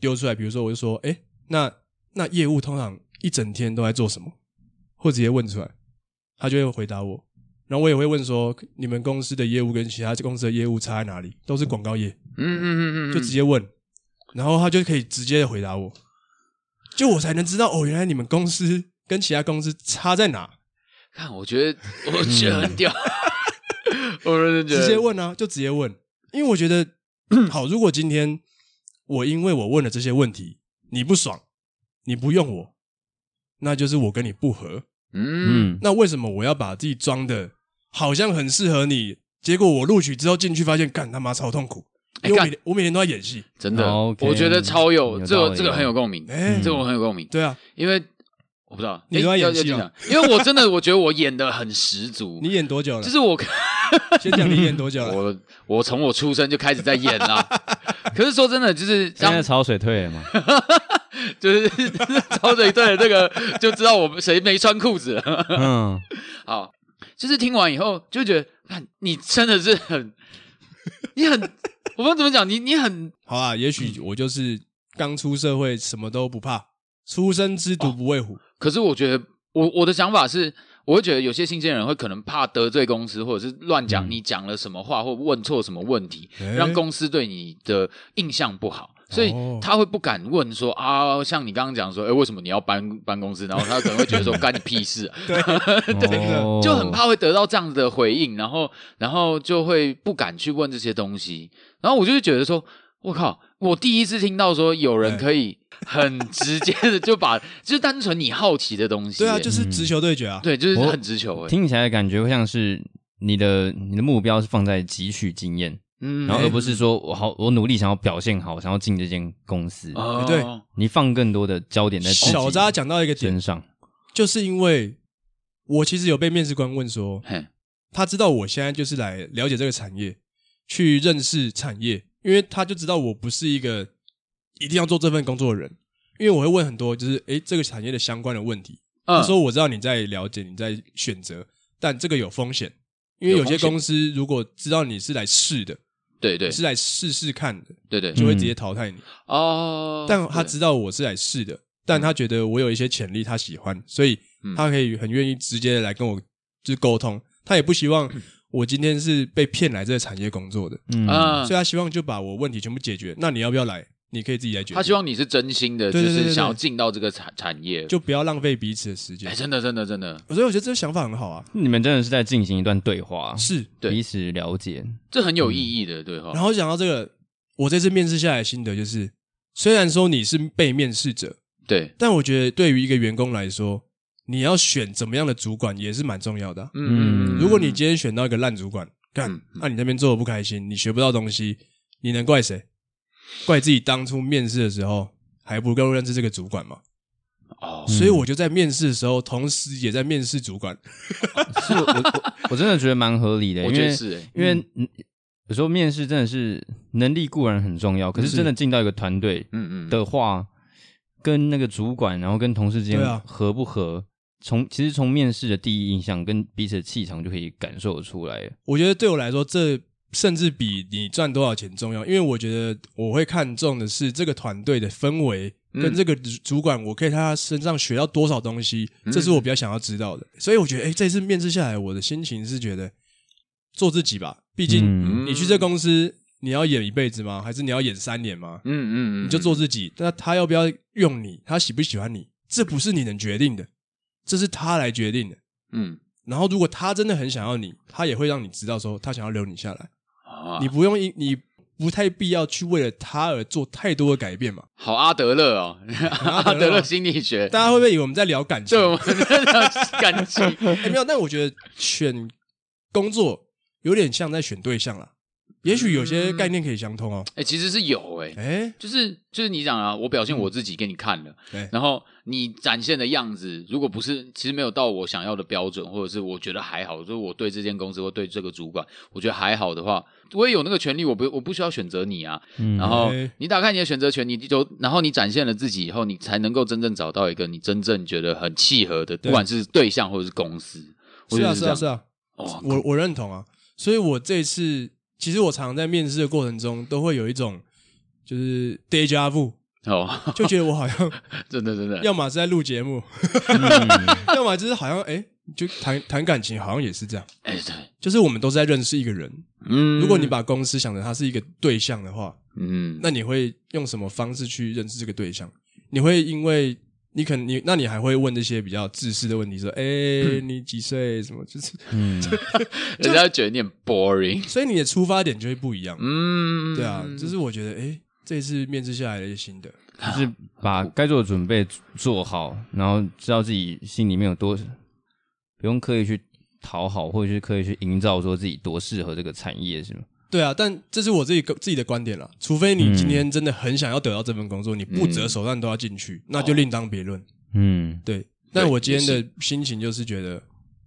[SPEAKER 1] 丢出来，比如说我就说，哎、那那业务通常一整天都在做什么，或直接问出来，他就会回答我，然后我也会问说，你们公司的业务跟其他公司的业务差在哪里？都是广告业，
[SPEAKER 2] 嗯嗯嗯嗯，
[SPEAKER 1] 就直接问，然后他就可以直接的回答我，就我才能知道哦，原来你们公司跟其他公司差在哪。
[SPEAKER 2] 看，我觉得我觉得
[SPEAKER 1] *laughs*
[SPEAKER 2] 很屌， *laughs* 我认真觉得
[SPEAKER 1] 直接问啊，就直接问，因为我觉得好，如果今天我因为我问了这些问题，你不爽，你不用我，那就是我跟你不合，
[SPEAKER 2] 嗯，
[SPEAKER 3] 嗯，
[SPEAKER 1] 那为什么我要把自己装的好像很适合你？结果我录取之后进去，发现干他妈超痛苦，
[SPEAKER 2] 哎
[SPEAKER 1] 因为我
[SPEAKER 2] 干
[SPEAKER 1] 每天我每天都在演戏。
[SPEAKER 2] 真的
[SPEAKER 3] OK，
[SPEAKER 2] 我觉得超有
[SPEAKER 3] 有
[SPEAKER 2] 这
[SPEAKER 3] 道
[SPEAKER 2] 个
[SPEAKER 3] 理
[SPEAKER 2] 这个很有共鸣，
[SPEAKER 1] 哎
[SPEAKER 2] 这个我很有共鸣，
[SPEAKER 1] 对啊，
[SPEAKER 2] 因为我不知道
[SPEAKER 1] 你都在
[SPEAKER 2] 诶要
[SPEAKER 1] 演戏哦
[SPEAKER 2] 要讲因为我真的我觉得我演的很十足
[SPEAKER 1] 你，演多久了？
[SPEAKER 2] *laughs* 就是我
[SPEAKER 1] 先讲你演多久了？
[SPEAKER 2] 我我从我出生就开始在演啦。 *laughs* 可是说真的，就是
[SPEAKER 3] 现
[SPEAKER 2] 当
[SPEAKER 3] 在潮水
[SPEAKER 2] *laughs*
[SPEAKER 3] 退了嘛，
[SPEAKER 2] 就是 *laughs* 超水队的这个就知道我们谁没穿裤子了。 *laughs*
[SPEAKER 3] 嗯，
[SPEAKER 2] 好，就是听完以后就觉得，看你真的是很，你很，我不知道怎么讲，你你很
[SPEAKER 1] 好啊，也许我就是刚出社会，什么都不怕，初生之犊不畏虎。
[SPEAKER 2] 可是我觉得，我我的想法是，我会觉得有些新鲜人会可能怕得罪公司，或者是乱讲你讲了什么话，或问错什么问题，
[SPEAKER 1] 嗯诶
[SPEAKER 2] 让公司对你的印象不好。所以
[SPEAKER 1] 哦
[SPEAKER 2] 他会不敢问说啊，像你刚刚讲说，哎，为什么你要搬搬公司？然后他可能会觉得说，干你屁事
[SPEAKER 1] *laughs*
[SPEAKER 2] 啊、
[SPEAKER 3] 哦
[SPEAKER 2] 就很怕会得到这样子的回应，然后然后就会不敢去问这些东西。然后我就会觉得说，我靠，我第一次听到说有人
[SPEAKER 1] *laughs* 对
[SPEAKER 2] 可以很直接的就把， *laughs* 就是单纯你好奇的东西、
[SPEAKER 1] 对啊，
[SPEAKER 2] 欸
[SPEAKER 1] 就是直球对决啊。
[SPEAKER 2] 对，就是
[SPEAKER 3] 我
[SPEAKER 2] 很直球哎、
[SPEAKER 3] 听起来感觉会像是你的你的目标是放在汲取经验，
[SPEAKER 2] 嗯
[SPEAKER 3] 然后而不是说我好我努力想要表现好，想要进这间公司，
[SPEAKER 2] 哦
[SPEAKER 1] 哎对
[SPEAKER 3] 你放更多的焦点在自己
[SPEAKER 1] 小扎讲到一个点
[SPEAKER 3] 身，上，
[SPEAKER 1] 就是因为我其实有被面试官问说，
[SPEAKER 2] 嘿，
[SPEAKER 1] 他知道我现在就是来了解这个产业，去认识产业，因为他就知道我不是一个一定要做这份工作的人，因为我会问很多就是诶这个产业的相关的问题。
[SPEAKER 2] 嗯
[SPEAKER 1] 他说我知道你在了解，你在选择，但这个有风险，因为
[SPEAKER 2] 有
[SPEAKER 1] 有些
[SPEAKER 2] 风险
[SPEAKER 1] 公司如果知道你是来试的，
[SPEAKER 2] 对对
[SPEAKER 1] 是来试试看的，
[SPEAKER 2] 对对嗯
[SPEAKER 3] 嗯
[SPEAKER 1] 就会直接淘汰你。
[SPEAKER 2] 哦，
[SPEAKER 1] 但他
[SPEAKER 2] 对
[SPEAKER 1] 知道我是来试的，但他觉得我有一些潜力，他喜欢，所以
[SPEAKER 2] 嗯
[SPEAKER 1] 他可以很愿意直接来跟我就是沟通。他也不希
[SPEAKER 2] *clears throat*
[SPEAKER 1] 望我今天是被骗来这个产业工作的，
[SPEAKER 3] 嗯，
[SPEAKER 2] 啊
[SPEAKER 1] 所以，他希望就把我问题全部解决。那你要不要来？你可以自己来解决。
[SPEAKER 2] 他希望你是真心的，就
[SPEAKER 1] 对对对
[SPEAKER 2] 是
[SPEAKER 1] 对
[SPEAKER 2] 想要
[SPEAKER 1] 对
[SPEAKER 2] 进到这个产产业，
[SPEAKER 1] 就不要浪费彼此的时
[SPEAKER 2] 哎，
[SPEAKER 1] 间。
[SPEAKER 2] 真的真的真的，
[SPEAKER 1] 所以我觉得这个想法很好啊，
[SPEAKER 3] 你们真的是在进行一段对话，
[SPEAKER 2] 哦
[SPEAKER 1] 是。
[SPEAKER 2] 对
[SPEAKER 3] 彼此了解， *laughs*
[SPEAKER 2] 这很有意
[SPEAKER 3] 嗯
[SPEAKER 2] 义的，对哈
[SPEAKER 1] 然。后讲到这个，我这次面试下来的心得就是，虽然说你是被面试者，
[SPEAKER 2] 对，
[SPEAKER 1] 但我觉得对于一个员工来说，你要选怎么样的主管也是蛮重要的啊、
[SPEAKER 2] 嗯，
[SPEAKER 1] 如果你今天选到一个烂主管，干，那、
[SPEAKER 2] 嗯嗯
[SPEAKER 1] 你那边做的不开心，你学不到东西，你能怪谁？怪自己当初面试的时候还不够认识这个主管嘛？
[SPEAKER 2] 哦，
[SPEAKER 1] 所以我就在面试的时候，同时也在面试主管。
[SPEAKER 3] 是我我我真的觉得蛮合理的，
[SPEAKER 2] 我
[SPEAKER 3] 嗯因
[SPEAKER 2] 觉
[SPEAKER 3] 为
[SPEAKER 2] 得是哎，
[SPEAKER 3] 因为嗯有时候面试真的是能力固然很重要，可是真的进到一个团队
[SPEAKER 2] 嗯嗯，
[SPEAKER 3] 的话，跟那个主管，然后跟同事之
[SPEAKER 1] 对
[SPEAKER 3] 间
[SPEAKER 1] 啊
[SPEAKER 3] 合不合，从其实从面试的第一印象跟彼此的气场就可以感受得出来。
[SPEAKER 1] 我觉得对我来说，这甚至比你赚多少钱重要，因为我觉得我会看重的是这个团队的氛围。跟这个主主管，我可以在他身上学到多少东西，这是我比较想要知道的。所以我觉得，哎、这次面试下来，我的心情是觉得做自己吧。毕竟
[SPEAKER 3] 嗯
[SPEAKER 1] 你去这公司，你要演一辈子吗？还是你要演三年吗？
[SPEAKER 2] 嗯嗯嗯，
[SPEAKER 1] 你就做自己。那他要不要用你？他喜不喜欢你？这不是你能决定的，这是他来决定的。
[SPEAKER 2] 嗯
[SPEAKER 1] 然后，如果他真的很想要你，他也会让你知道说他想要留你下来。
[SPEAKER 2] 啊，
[SPEAKER 1] 你不用因你不太必要去为了他而做太多的改变嘛。
[SPEAKER 2] 好阿德勒哦， *laughs* 阿德勒心理学，
[SPEAKER 1] 大家会不会以为我们在聊感情
[SPEAKER 2] 对？我们的感
[SPEAKER 1] *laughs*
[SPEAKER 2] 情，
[SPEAKER 1] 哎没有，但我觉得选工作有点像在选对象啦。也许有些概念可以相通哦。
[SPEAKER 2] 哎，其实是有哎，
[SPEAKER 1] 哎、
[SPEAKER 2] 就是就是你讲啊，我表现我自己给你看了，
[SPEAKER 1] 嗯对
[SPEAKER 2] 然后你展现的样子，如果不是其实没有到我想要的标准，或者是我觉得还好，就是我对这间公司或对这个主管，我觉得还好的话，我也有那个权利，我不我不需要选择你啊。
[SPEAKER 3] 嗯
[SPEAKER 2] 然后
[SPEAKER 1] 对
[SPEAKER 2] 你打开你的选择权，你就然后你展现了自己以后，你才能够真正找到一个你真正觉得很契合的，不管是对象或者是公司。我
[SPEAKER 1] 是
[SPEAKER 2] 觉
[SPEAKER 1] 啊，
[SPEAKER 2] 得
[SPEAKER 1] 是
[SPEAKER 2] 这
[SPEAKER 1] 啊，
[SPEAKER 2] 样
[SPEAKER 1] 是啊，
[SPEAKER 2] 哦，
[SPEAKER 1] 我我认同啊。所以我这一次，其实我常常在面试的过程中，都会有一种就是 deja vu，
[SPEAKER 2] 哦，
[SPEAKER 1] 就觉得我好像
[SPEAKER 2] 真的真
[SPEAKER 1] *laughs*
[SPEAKER 2] 的，
[SPEAKER 1] 要么是在录节目，
[SPEAKER 2] 嗯
[SPEAKER 1] *laughs* 要么就是好像哎、就谈谈感情，好像也是这样。
[SPEAKER 2] 哎对，
[SPEAKER 1] 就是我们都是在认识一个人。
[SPEAKER 2] 嗯，
[SPEAKER 1] 如果你把公司想成它是一个对象的话，
[SPEAKER 2] 嗯
[SPEAKER 1] 那你会用什么方式去认识这个对象？你会因为你可能你，那你还会问这些比较自私的问题，说：“哎、
[SPEAKER 2] 嗯
[SPEAKER 1] 你几岁？什么？”就是，
[SPEAKER 3] 嗯，
[SPEAKER 2] 人家觉得你很 boring，
[SPEAKER 1] 所以你的出发点就会不一样。
[SPEAKER 2] 嗯，
[SPEAKER 1] 对啊，这是我觉得，哎、这次面试下来的一些心得。
[SPEAKER 3] 就是把该做的准备做好，然后知道自己心里面有多不用刻意去讨好，或者是刻意去营造说自己多适合这个产业，是吗？
[SPEAKER 1] 对啊，但这是我自己个自己的观点啦。除非
[SPEAKER 2] 嗯
[SPEAKER 1] 你今天真的很想要得到这份工作，你不择手段都要进去，那就另当别论。
[SPEAKER 3] 嗯
[SPEAKER 1] 对，但我今天
[SPEAKER 2] 也
[SPEAKER 1] 的心情就是觉得，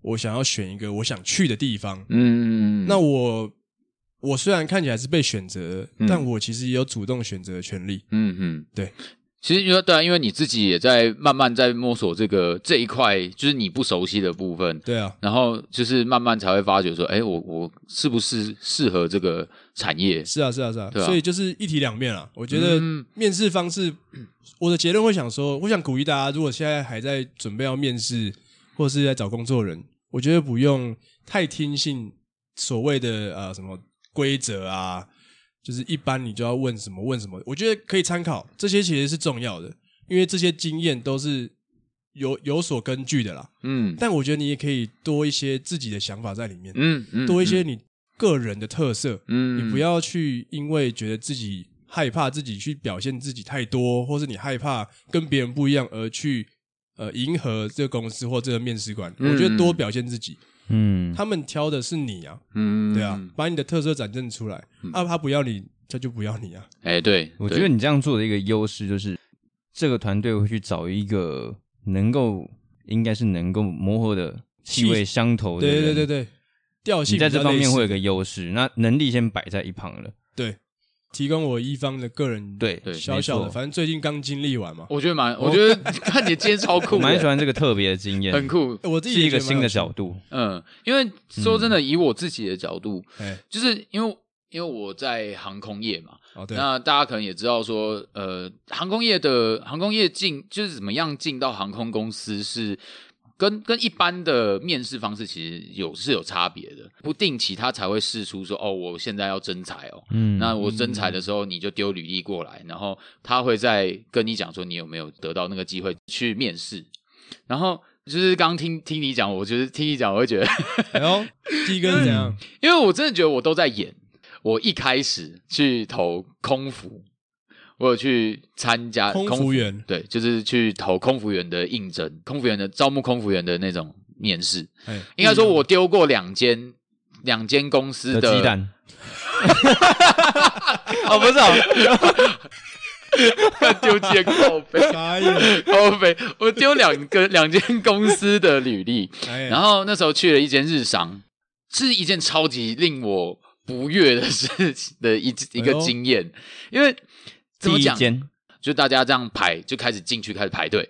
[SPEAKER 1] 我想要选一个我想去的地方。
[SPEAKER 2] 嗯，
[SPEAKER 1] 那我我虽然看起来是被选择，
[SPEAKER 2] 嗯
[SPEAKER 1] 但我其实也有主动选择的权利。
[SPEAKER 2] 嗯嗯，
[SPEAKER 1] 对。
[SPEAKER 2] 其实因为对啊，因为你自己也在慢慢在摸索这个这一块，就是你不熟悉的部分，
[SPEAKER 1] 对啊，
[SPEAKER 2] 然后就是慢慢才会发觉说，哎，我我是不是适合这个产业？
[SPEAKER 1] 是啊，是啊，是啊，
[SPEAKER 2] 对啊
[SPEAKER 1] 所以就是一体两面啊。我觉得
[SPEAKER 2] 嗯
[SPEAKER 1] 面试方式，我的结论会想说，我想鼓励大家，如果现在还在准备要面试或是在找工作的人，我觉得不用太听信所谓的呃什么规则啊，就是一般你就要问什么问什么，我觉得可以参考，这些其实是重要的，因为这些经验都是有有所根据的啦。
[SPEAKER 2] 嗯
[SPEAKER 1] 但我觉得你也可以多一些自己的想法在里面，
[SPEAKER 2] 嗯嗯，
[SPEAKER 1] 多一些你个人的特色。
[SPEAKER 2] 嗯，嗯，
[SPEAKER 1] 你不要去因为觉得自己害怕自己去表现自己太多，或是你害怕跟别人不一样而去呃迎合这个公司或这个面试官。
[SPEAKER 2] 嗯
[SPEAKER 1] 我觉得多表现自己，
[SPEAKER 3] 嗯，
[SPEAKER 1] 他们挑的是你啊，
[SPEAKER 2] 嗯，嗯
[SPEAKER 1] 对啊，，把你的特色展现出来。
[SPEAKER 3] 嗯
[SPEAKER 1] 啊，他不要你，他就不要你啊。
[SPEAKER 2] 哎，对，
[SPEAKER 3] 我
[SPEAKER 2] 对
[SPEAKER 3] 觉得你这样做的一个优势就是，这个团队会去找一个能够应该是能够磨合的气味相投的
[SPEAKER 1] 对
[SPEAKER 3] 人，
[SPEAKER 1] 对对
[SPEAKER 3] 对，
[SPEAKER 1] 对，调性
[SPEAKER 3] 你在
[SPEAKER 1] 比较
[SPEAKER 3] 这方
[SPEAKER 1] 类
[SPEAKER 3] 面
[SPEAKER 1] 似
[SPEAKER 3] 会有个优势，那能力先摆在一旁了。
[SPEAKER 1] 对，提供我一方的个人
[SPEAKER 3] 对
[SPEAKER 2] 对
[SPEAKER 1] 小小
[SPEAKER 3] 没
[SPEAKER 1] 的，
[SPEAKER 3] 错
[SPEAKER 1] 反正最近刚经历完嘛。
[SPEAKER 2] 我觉得蛮，我觉得 *laughs* 看你今天超酷
[SPEAKER 3] 我
[SPEAKER 2] 的，
[SPEAKER 3] 蛮喜欢这个特别的经验，
[SPEAKER 2] 很酷。
[SPEAKER 1] 我自己
[SPEAKER 3] 是
[SPEAKER 1] 也
[SPEAKER 3] 一
[SPEAKER 1] 觉得
[SPEAKER 3] 个
[SPEAKER 1] 蛮
[SPEAKER 3] 新
[SPEAKER 1] 有
[SPEAKER 3] 的
[SPEAKER 1] 趣
[SPEAKER 3] 角度。
[SPEAKER 2] 嗯，因为说真的，以我自己的角度，
[SPEAKER 1] 哎，
[SPEAKER 2] 就是因为因为我在航空业嘛，
[SPEAKER 1] 哦对，
[SPEAKER 2] 那大家可能也知道说，呃，航空业的航空业进就是怎么样进到航空公司是。跟跟一般的面试方式其实有是有差别的，不定期他才会试出说哦，我现在要征才哦，
[SPEAKER 3] 嗯，
[SPEAKER 2] 那我征才的时候，你就丢履历过来，然后他会再跟你讲说你有没有得到那个机会去面试。然后就是刚听听你讲，我觉得听你讲，我会觉得，
[SPEAKER 1] 哎呦，第一个
[SPEAKER 3] 嗯
[SPEAKER 1] 是怎样？
[SPEAKER 2] 因为我真的觉得我都在演。我一开始去投空服，我有去参加
[SPEAKER 1] 空服员
[SPEAKER 2] 对，就是去投空服员的应征，空服员的招募空服员的那种面试。
[SPEAKER 1] 哎，
[SPEAKER 2] 应该说，我丢过两间两间公司
[SPEAKER 3] 的
[SPEAKER 2] 的
[SPEAKER 3] 鸡蛋。哦，不是 *laughs* 哦，
[SPEAKER 2] *laughs* 丢接 *laughs* 靠背。
[SPEAKER 1] 傻眼，
[SPEAKER 2] 高飞，我丢两个两间公司的履历，
[SPEAKER 3] *laughs*
[SPEAKER 1] 哎，
[SPEAKER 2] 然后那时候去了一间日商，是一件超级令我不悦的事情的一一个
[SPEAKER 1] 哎呦
[SPEAKER 2] 经验，因为怎
[SPEAKER 3] 第
[SPEAKER 2] 么
[SPEAKER 3] 一
[SPEAKER 2] 讲，
[SPEAKER 3] 间，
[SPEAKER 2] 就大家这样排，就开始进去开始排队，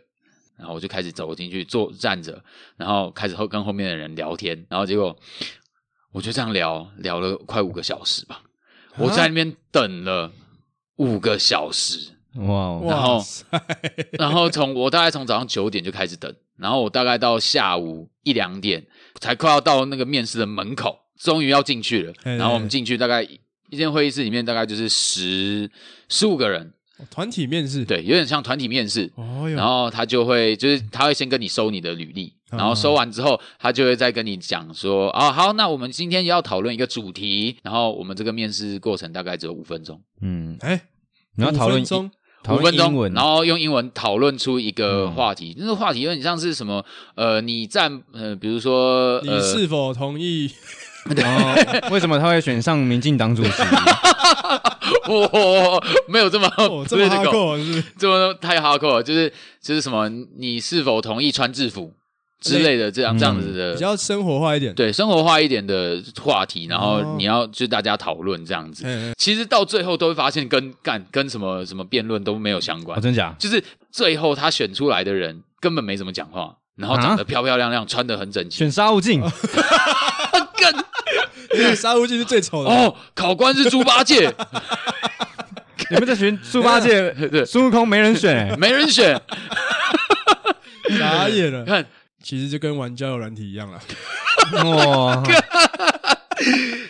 [SPEAKER 2] 然后我就开始走进去坐站着，然后开始后跟后面的人聊天，然后结果我就这样聊聊了快五个小时吧，我在那边等了五个小时。
[SPEAKER 3] 哇哦，
[SPEAKER 2] 然后
[SPEAKER 1] 哇塞，
[SPEAKER 2] 然后从我大概从早上九点就开始等，然后我大概到下午一两点才快要到那个面试的门口，终于要进去了。
[SPEAKER 1] 嘿
[SPEAKER 2] 然后我们
[SPEAKER 1] 嘿
[SPEAKER 2] 进去大概一间会议室里面大概就是十十五个人，
[SPEAKER 1] *laughs* 团体面试，，
[SPEAKER 2] 对，有点像团体面试。
[SPEAKER 1] 哦
[SPEAKER 2] 然
[SPEAKER 1] 哟，
[SPEAKER 2] 后他就会，就是他会先跟你收你的履历，
[SPEAKER 1] 嗯
[SPEAKER 2] 然后收完之后，他就会再跟你讲说，啊，好，那我们今天要讨论一个主题，然后我们这个面试过程大概只有五分钟，
[SPEAKER 3] 嗯，
[SPEAKER 1] 哎，
[SPEAKER 3] 你要讨论
[SPEAKER 1] 五分钟
[SPEAKER 3] 讨
[SPEAKER 2] 五分
[SPEAKER 3] 论英
[SPEAKER 2] 钟，
[SPEAKER 3] 文，
[SPEAKER 2] 然后用英文讨论出一个
[SPEAKER 3] 嗯
[SPEAKER 2] 话题。那个话题有点像是什么？呃，你站呃，比如说
[SPEAKER 1] 你
[SPEAKER 2] 呃，
[SPEAKER 1] 是否同意？
[SPEAKER 3] 哦 *laughs* 为什么他会选上民进党主席？
[SPEAKER 2] 我、 *laughs* 哦、没有这么、 *laughs*
[SPEAKER 1] 哦，这么
[SPEAKER 2] political，
[SPEAKER 1] 哈扣是不是？
[SPEAKER 2] 这么太 hardcore，了就是就是什么？你是否同意穿制服之类的这样、
[SPEAKER 3] 嗯
[SPEAKER 2] 这样子的
[SPEAKER 1] 比较生活化一点，
[SPEAKER 2] 呃对生活化一点的话题，然后
[SPEAKER 1] 哦
[SPEAKER 2] 你要就大家讨论这样子。
[SPEAKER 1] 嗯，嗯
[SPEAKER 2] 其实到最后都会发现跟干跟什么什么辩论都没有相关
[SPEAKER 3] 哦，，真假？
[SPEAKER 2] 就是最后他选出来的人根本没怎么讲话，然后
[SPEAKER 3] 啊
[SPEAKER 2] 长得漂漂亮亮，穿得很整齐。
[SPEAKER 3] 选沙悟净，
[SPEAKER 2] 干
[SPEAKER 1] 哎因为沙悟净是最丑的，
[SPEAKER 2] 哦，考官是猪八戒，
[SPEAKER 3] *laughs*
[SPEAKER 2] *laughs*
[SPEAKER 3] 你们这群猪八戒
[SPEAKER 2] 对、
[SPEAKER 3] 孙悟空没人
[SPEAKER 2] *laughs*
[SPEAKER 3] 选哎。
[SPEAKER 2] 没人选。
[SPEAKER 1] 傻眼了。
[SPEAKER 2] 看，
[SPEAKER 1] 其实就跟玩交友软体一样啦，
[SPEAKER 3] 哇，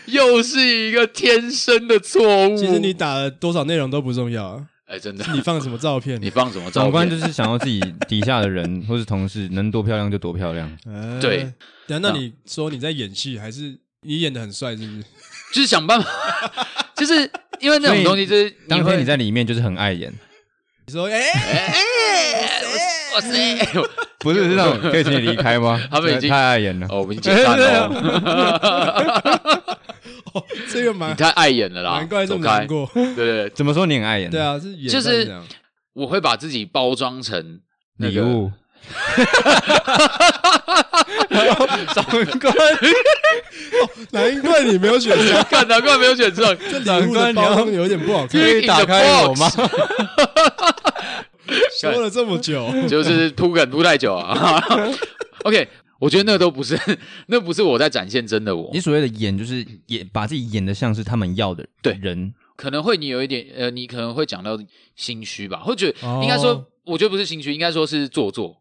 [SPEAKER 2] 又是一个天生的错误。
[SPEAKER 1] 其实你打了多少内容都不重要啊，
[SPEAKER 2] 哎，真的，
[SPEAKER 1] 你放什么照片，
[SPEAKER 2] 你放什么照
[SPEAKER 3] 长官
[SPEAKER 2] 片？
[SPEAKER 3] 就是想要自己底下的人或是同事能多漂亮就多漂亮。
[SPEAKER 1] 哎
[SPEAKER 2] 对。
[SPEAKER 1] 等一下那你说你在演戏，还是你演的很帅，是不是？
[SPEAKER 2] 就是想办法， *laughs* 就是因为那种东西，就是
[SPEAKER 3] 当
[SPEAKER 2] 会
[SPEAKER 3] 天
[SPEAKER 2] *laughs*
[SPEAKER 3] 你在里面就是很碍眼，
[SPEAKER 2] 哎
[SPEAKER 1] 你说，哎，
[SPEAKER 2] 哎，哇塞， *laughs*
[SPEAKER 3] 不是是那种可以请你离开吗？
[SPEAKER 2] 他们已经
[SPEAKER 3] 太碍眼了。
[SPEAKER 2] 哦，我们已经解散了哦，
[SPEAKER 1] 哦，这个蛮
[SPEAKER 2] *laughs* 你太碍眼了啦，
[SPEAKER 1] 难怪这
[SPEAKER 2] 走
[SPEAKER 1] 么
[SPEAKER 2] 开
[SPEAKER 1] 难。过。
[SPEAKER 2] 对对对，
[SPEAKER 3] 怎么说你很碍眼？
[SPEAKER 1] 对，啊，是演
[SPEAKER 2] 就
[SPEAKER 1] 算
[SPEAKER 2] 是
[SPEAKER 1] 这样
[SPEAKER 2] 我会把自己包装成 *laughs* 那
[SPEAKER 3] 礼
[SPEAKER 2] 个
[SPEAKER 3] 物。长官，
[SPEAKER 1] 难怪你没有选 *laughs* 上，
[SPEAKER 2] 看，难怪没有选中。
[SPEAKER 1] 这礼物的包装有点不好看 *laughs*
[SPEAKER 3] 可，以打开我吗？
[SPEAKER 1] 说了这么久，
[SPEAKER 2] *laughs* 就是铺梗铺太久啊。OK，我觉得那都不是， *laughs* 那不是我在展现真的我
[SPEAKER 3] 你。所谓的演，就是演把自己演的像是他们要的
[SPEAKER 2] 对
[SPEAKER 3] 人，
[SPEAKER 2] 可能会你有一点呃，你可能会讲到心虚吧，或者
[SPEAKER 1] 哦
[SPEAKER 2] 应该说，我觉得不是心虚，应该说是做作，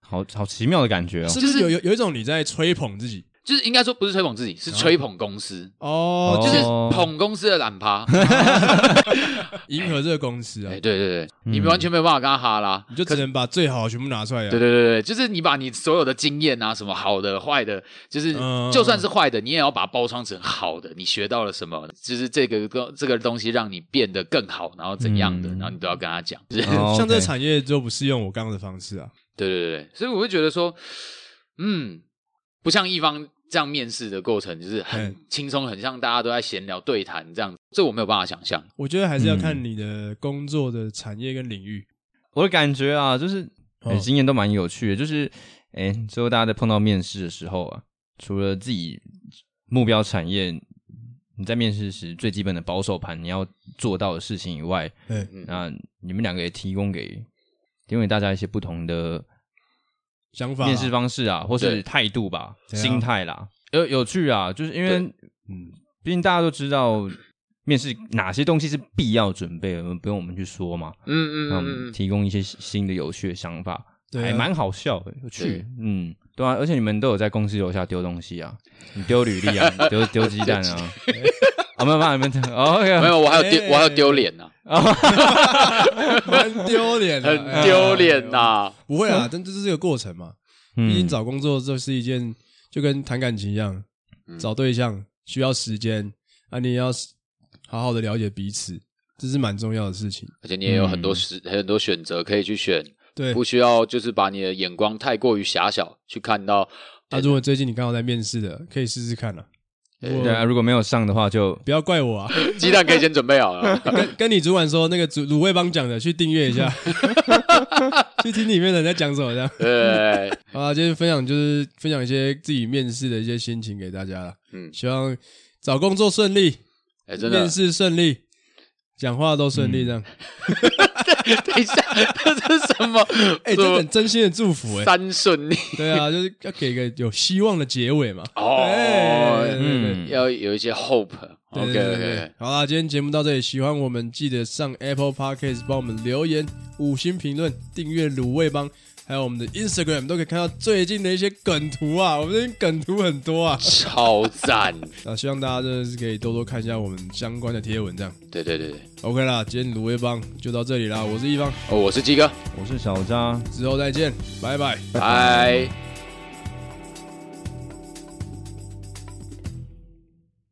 [SPEAKER 3] 好好奇妙的感觉哦。
[SPEAKER 1] 是不
[SPEAKER 2] 是就是
[SPEAKER 1] 是有有有一种你在吹捧自己？
[SPEAKER 2] 就是应该说不是吹捧自己，是吹捧公司，
[SPEAKER 1] 哦，
[SPEAKER 3] 哦
[SPEAKER 1] 就
[SPEAKER 2] 就是是捧公司的懒
[SPEAKER 1] *laughs*
[SPEAKER 2] 趴。
[SPEAKER 1] 迎合这个公司啊
[SPEAKER 2] 哎，，对对对，你完全没有办法跟他哈啦
[SPEAKER 1] 你。就只能把最好的全部拿出来啊。
[SPEAKER 2] 对对对对，就是你把你所有的经验啊，什么好的、坏的，就是
[SPEAKER 1] 嗯
[SPEAKER 2] 就算是坏的，你也要把它包装成好的。你学到了什么？就是这个东这个东西让你变得更好，然后怎样的，
[SPEAKER 3] 嗯
[SPEAKER 2] 然后你都要跟他讲。就是
[SPEAKER 3] 哦
[SPEAKER 1] 像这个
[SPEAKER 3] OK
[SPEAKER 1] 产业就不适用我刚刚的方式啊。
[SPEAKER 2] 对对对，对所以我会觉得说，嗯，不像一方这样面试的过程，就是很
[SPEAKER 1] 嗯
[SPEAKER 2] 轻松，很像大家都在闲聊对谈这样。这我没有办法想象。
[SPEAKER 1] 我觉得还是要看
[SPEAKER 3] 嗯
[SPEAKER 1] 你的工作的产业跟领域。
[SPEAKER 3] 我的感觉啊，就是
[SPEAKER 1] 哦
[SPEAKER 3] 欸经验都蛮有趣的。就是哎，欸之后大家在碰到面试的时候啊，除了自己目标产业，你在面试时最基本的保守盘你要做到的事情以外，
[SPEAKER 1] 对，
[SPEAKER 2] 嗯
[SPEAKER 3] 那你们两个也提供给提供给大家一些不同的
[SPEAKER 1] 想法啊
[SPEAKER 3] 面试方式啊，或
[SPEAKER 2] 对
[SPEAKER 3] 是态度吧、
[SPEAKER 1] 怎样
[SPEAKER 3] 心态啦，有有趣啊，就是因为
[SPEAKER 2] 对
[SPEAKER 1] 嗯
[SPEAKER 3] 毕竟大家都知道面试哪些东西是必要准备的，不用我们去说嘛。
[SPEAKER 2] 嗯嗯
[SPEAKER 3] 那我
[SPEAKER 2] 嗯
[SPEAKER 3] 们
[SPEAKER 2] 嗯，
[SPEAKER 3] 提供一些新的有趣的想法，
[SPEAKER 1] 对啊
[SPEAKER 3] 还蛮好笑的，有趣
[SPEAKER 2] 对。
[SPEAKER 3] 嗯，对啊，而且你们都有在公司楼下丢东西啊，你丢履历啊，
[SPEAKER 1] *laughs*
[SPEAKER 3] 你丢丢鸡蛋啊。啊，没有办法，你们哦
[SPEAKER 2] 没
[SPEAKER 3] OK，
[SPEAKER 2] 有，我还有丢，
[SPEAKER 1] 哎
[SPEAKER 2] 我还有丢脸呐，
[SPEAKER 1] 蛮丢脸的，
[SPEAKER 2] *laughs* 很丢脸
[SPEAKER 1] 哎。
[SPEAKER 2] 呐。
[SPEAKER 1] 不会啊，但这是这个过程嘛。毕竟
[SPEAKER 3] 嗯，
[SPEAKER 1] 找工作这是一件就跟谈感情一样，
[SPEAKER 2] 嗯
[SPEAKER 1] 找对象需要时间啊，你也要好好的了解彼此，这是蛮重要的事情。
[SPEAKER 2] 而且你也有
[SPEAKER 3] 嗯
[SPEAKER 2] 很多时、很多选择可以去选，
[SPEAKER 1] 对，啊
[SPEAKER 2] 不需要就是把你的眼光太过于狭小去看到。
[SPEAKER 1] 那、如果最近你刚好在面试的，可以试试看啊。我
[SPEAKER 3] 对啊，如果没有上的话就
[SPEAKER 1] 不要怪我啊， *laughs*
[SPEAKER 2] 鸡蛋可以先准备好了，
[SPEAKER 1] 跟跟你主管说那个主卤味帮讲的，去订阅一下， *laughs* 去听里面的人在讲什么这样。
[SPEAKER 2] 对，
[SPEAKER 1] 好啊啦，今天分享就是分享一些自己面试的一些心情给大家了。
[SPEAKER 2] 嗯，
[SPEAKER 1] 希望找工作顺利，
[SPEAKER 2] 哎，真的
[SPEAKER 1] 面，试顺利，讲话都顺利这样。
[SPEAKER 2] 等一下，这是什么？
[SPEAKER 1] 哎、
[SPEAKER 2] 什
[SPEAKER 1] 这
[SPEAKER 2] 么
[SPEAKER 1] 很真心的祝福哎、
[SPEAKER 2] 三顺利
[SPEAKER 1] 对啊，就是要给个有希望的结尾嘛。哎对
[SPEAKER 2] 哦，
[SPEAKER 1] 对对
[SPEAKER 3] 嗯
[SPEAKER 2] 要有一些 hope。哦
[SPEAKER 1] 对
[SPEAKER 2] OK
[SPEAKER 1] 对对对
[SPEAKER 2] OK，
[SPEAKER 1] 对好啦，今天节目到这里，喜欢我们记得上 Apple Podcast 帮我们留言、五星评论、订阅卤味帮，还有我们的 Instagram 都可以看到最近的一些梗图啊，我们最近梗图很多啊，
[SPEAKER 2] 超赞！
[SPEAKER 1] 啊，希望大家真的是可以多多看一下我们相关的贴文，这样
[SPEAKER 2] 对对对对，
[SPEAKER 1] OK 啦，今天卤味帮就到这里啦，我是一方，
[SPEAKER 2] 哦，我是鸡哥，
[SPEAKER 3] 我是小张。
[SPEAKER 1] 之后再见，拜拜。
[SPEAKER 2] 拜。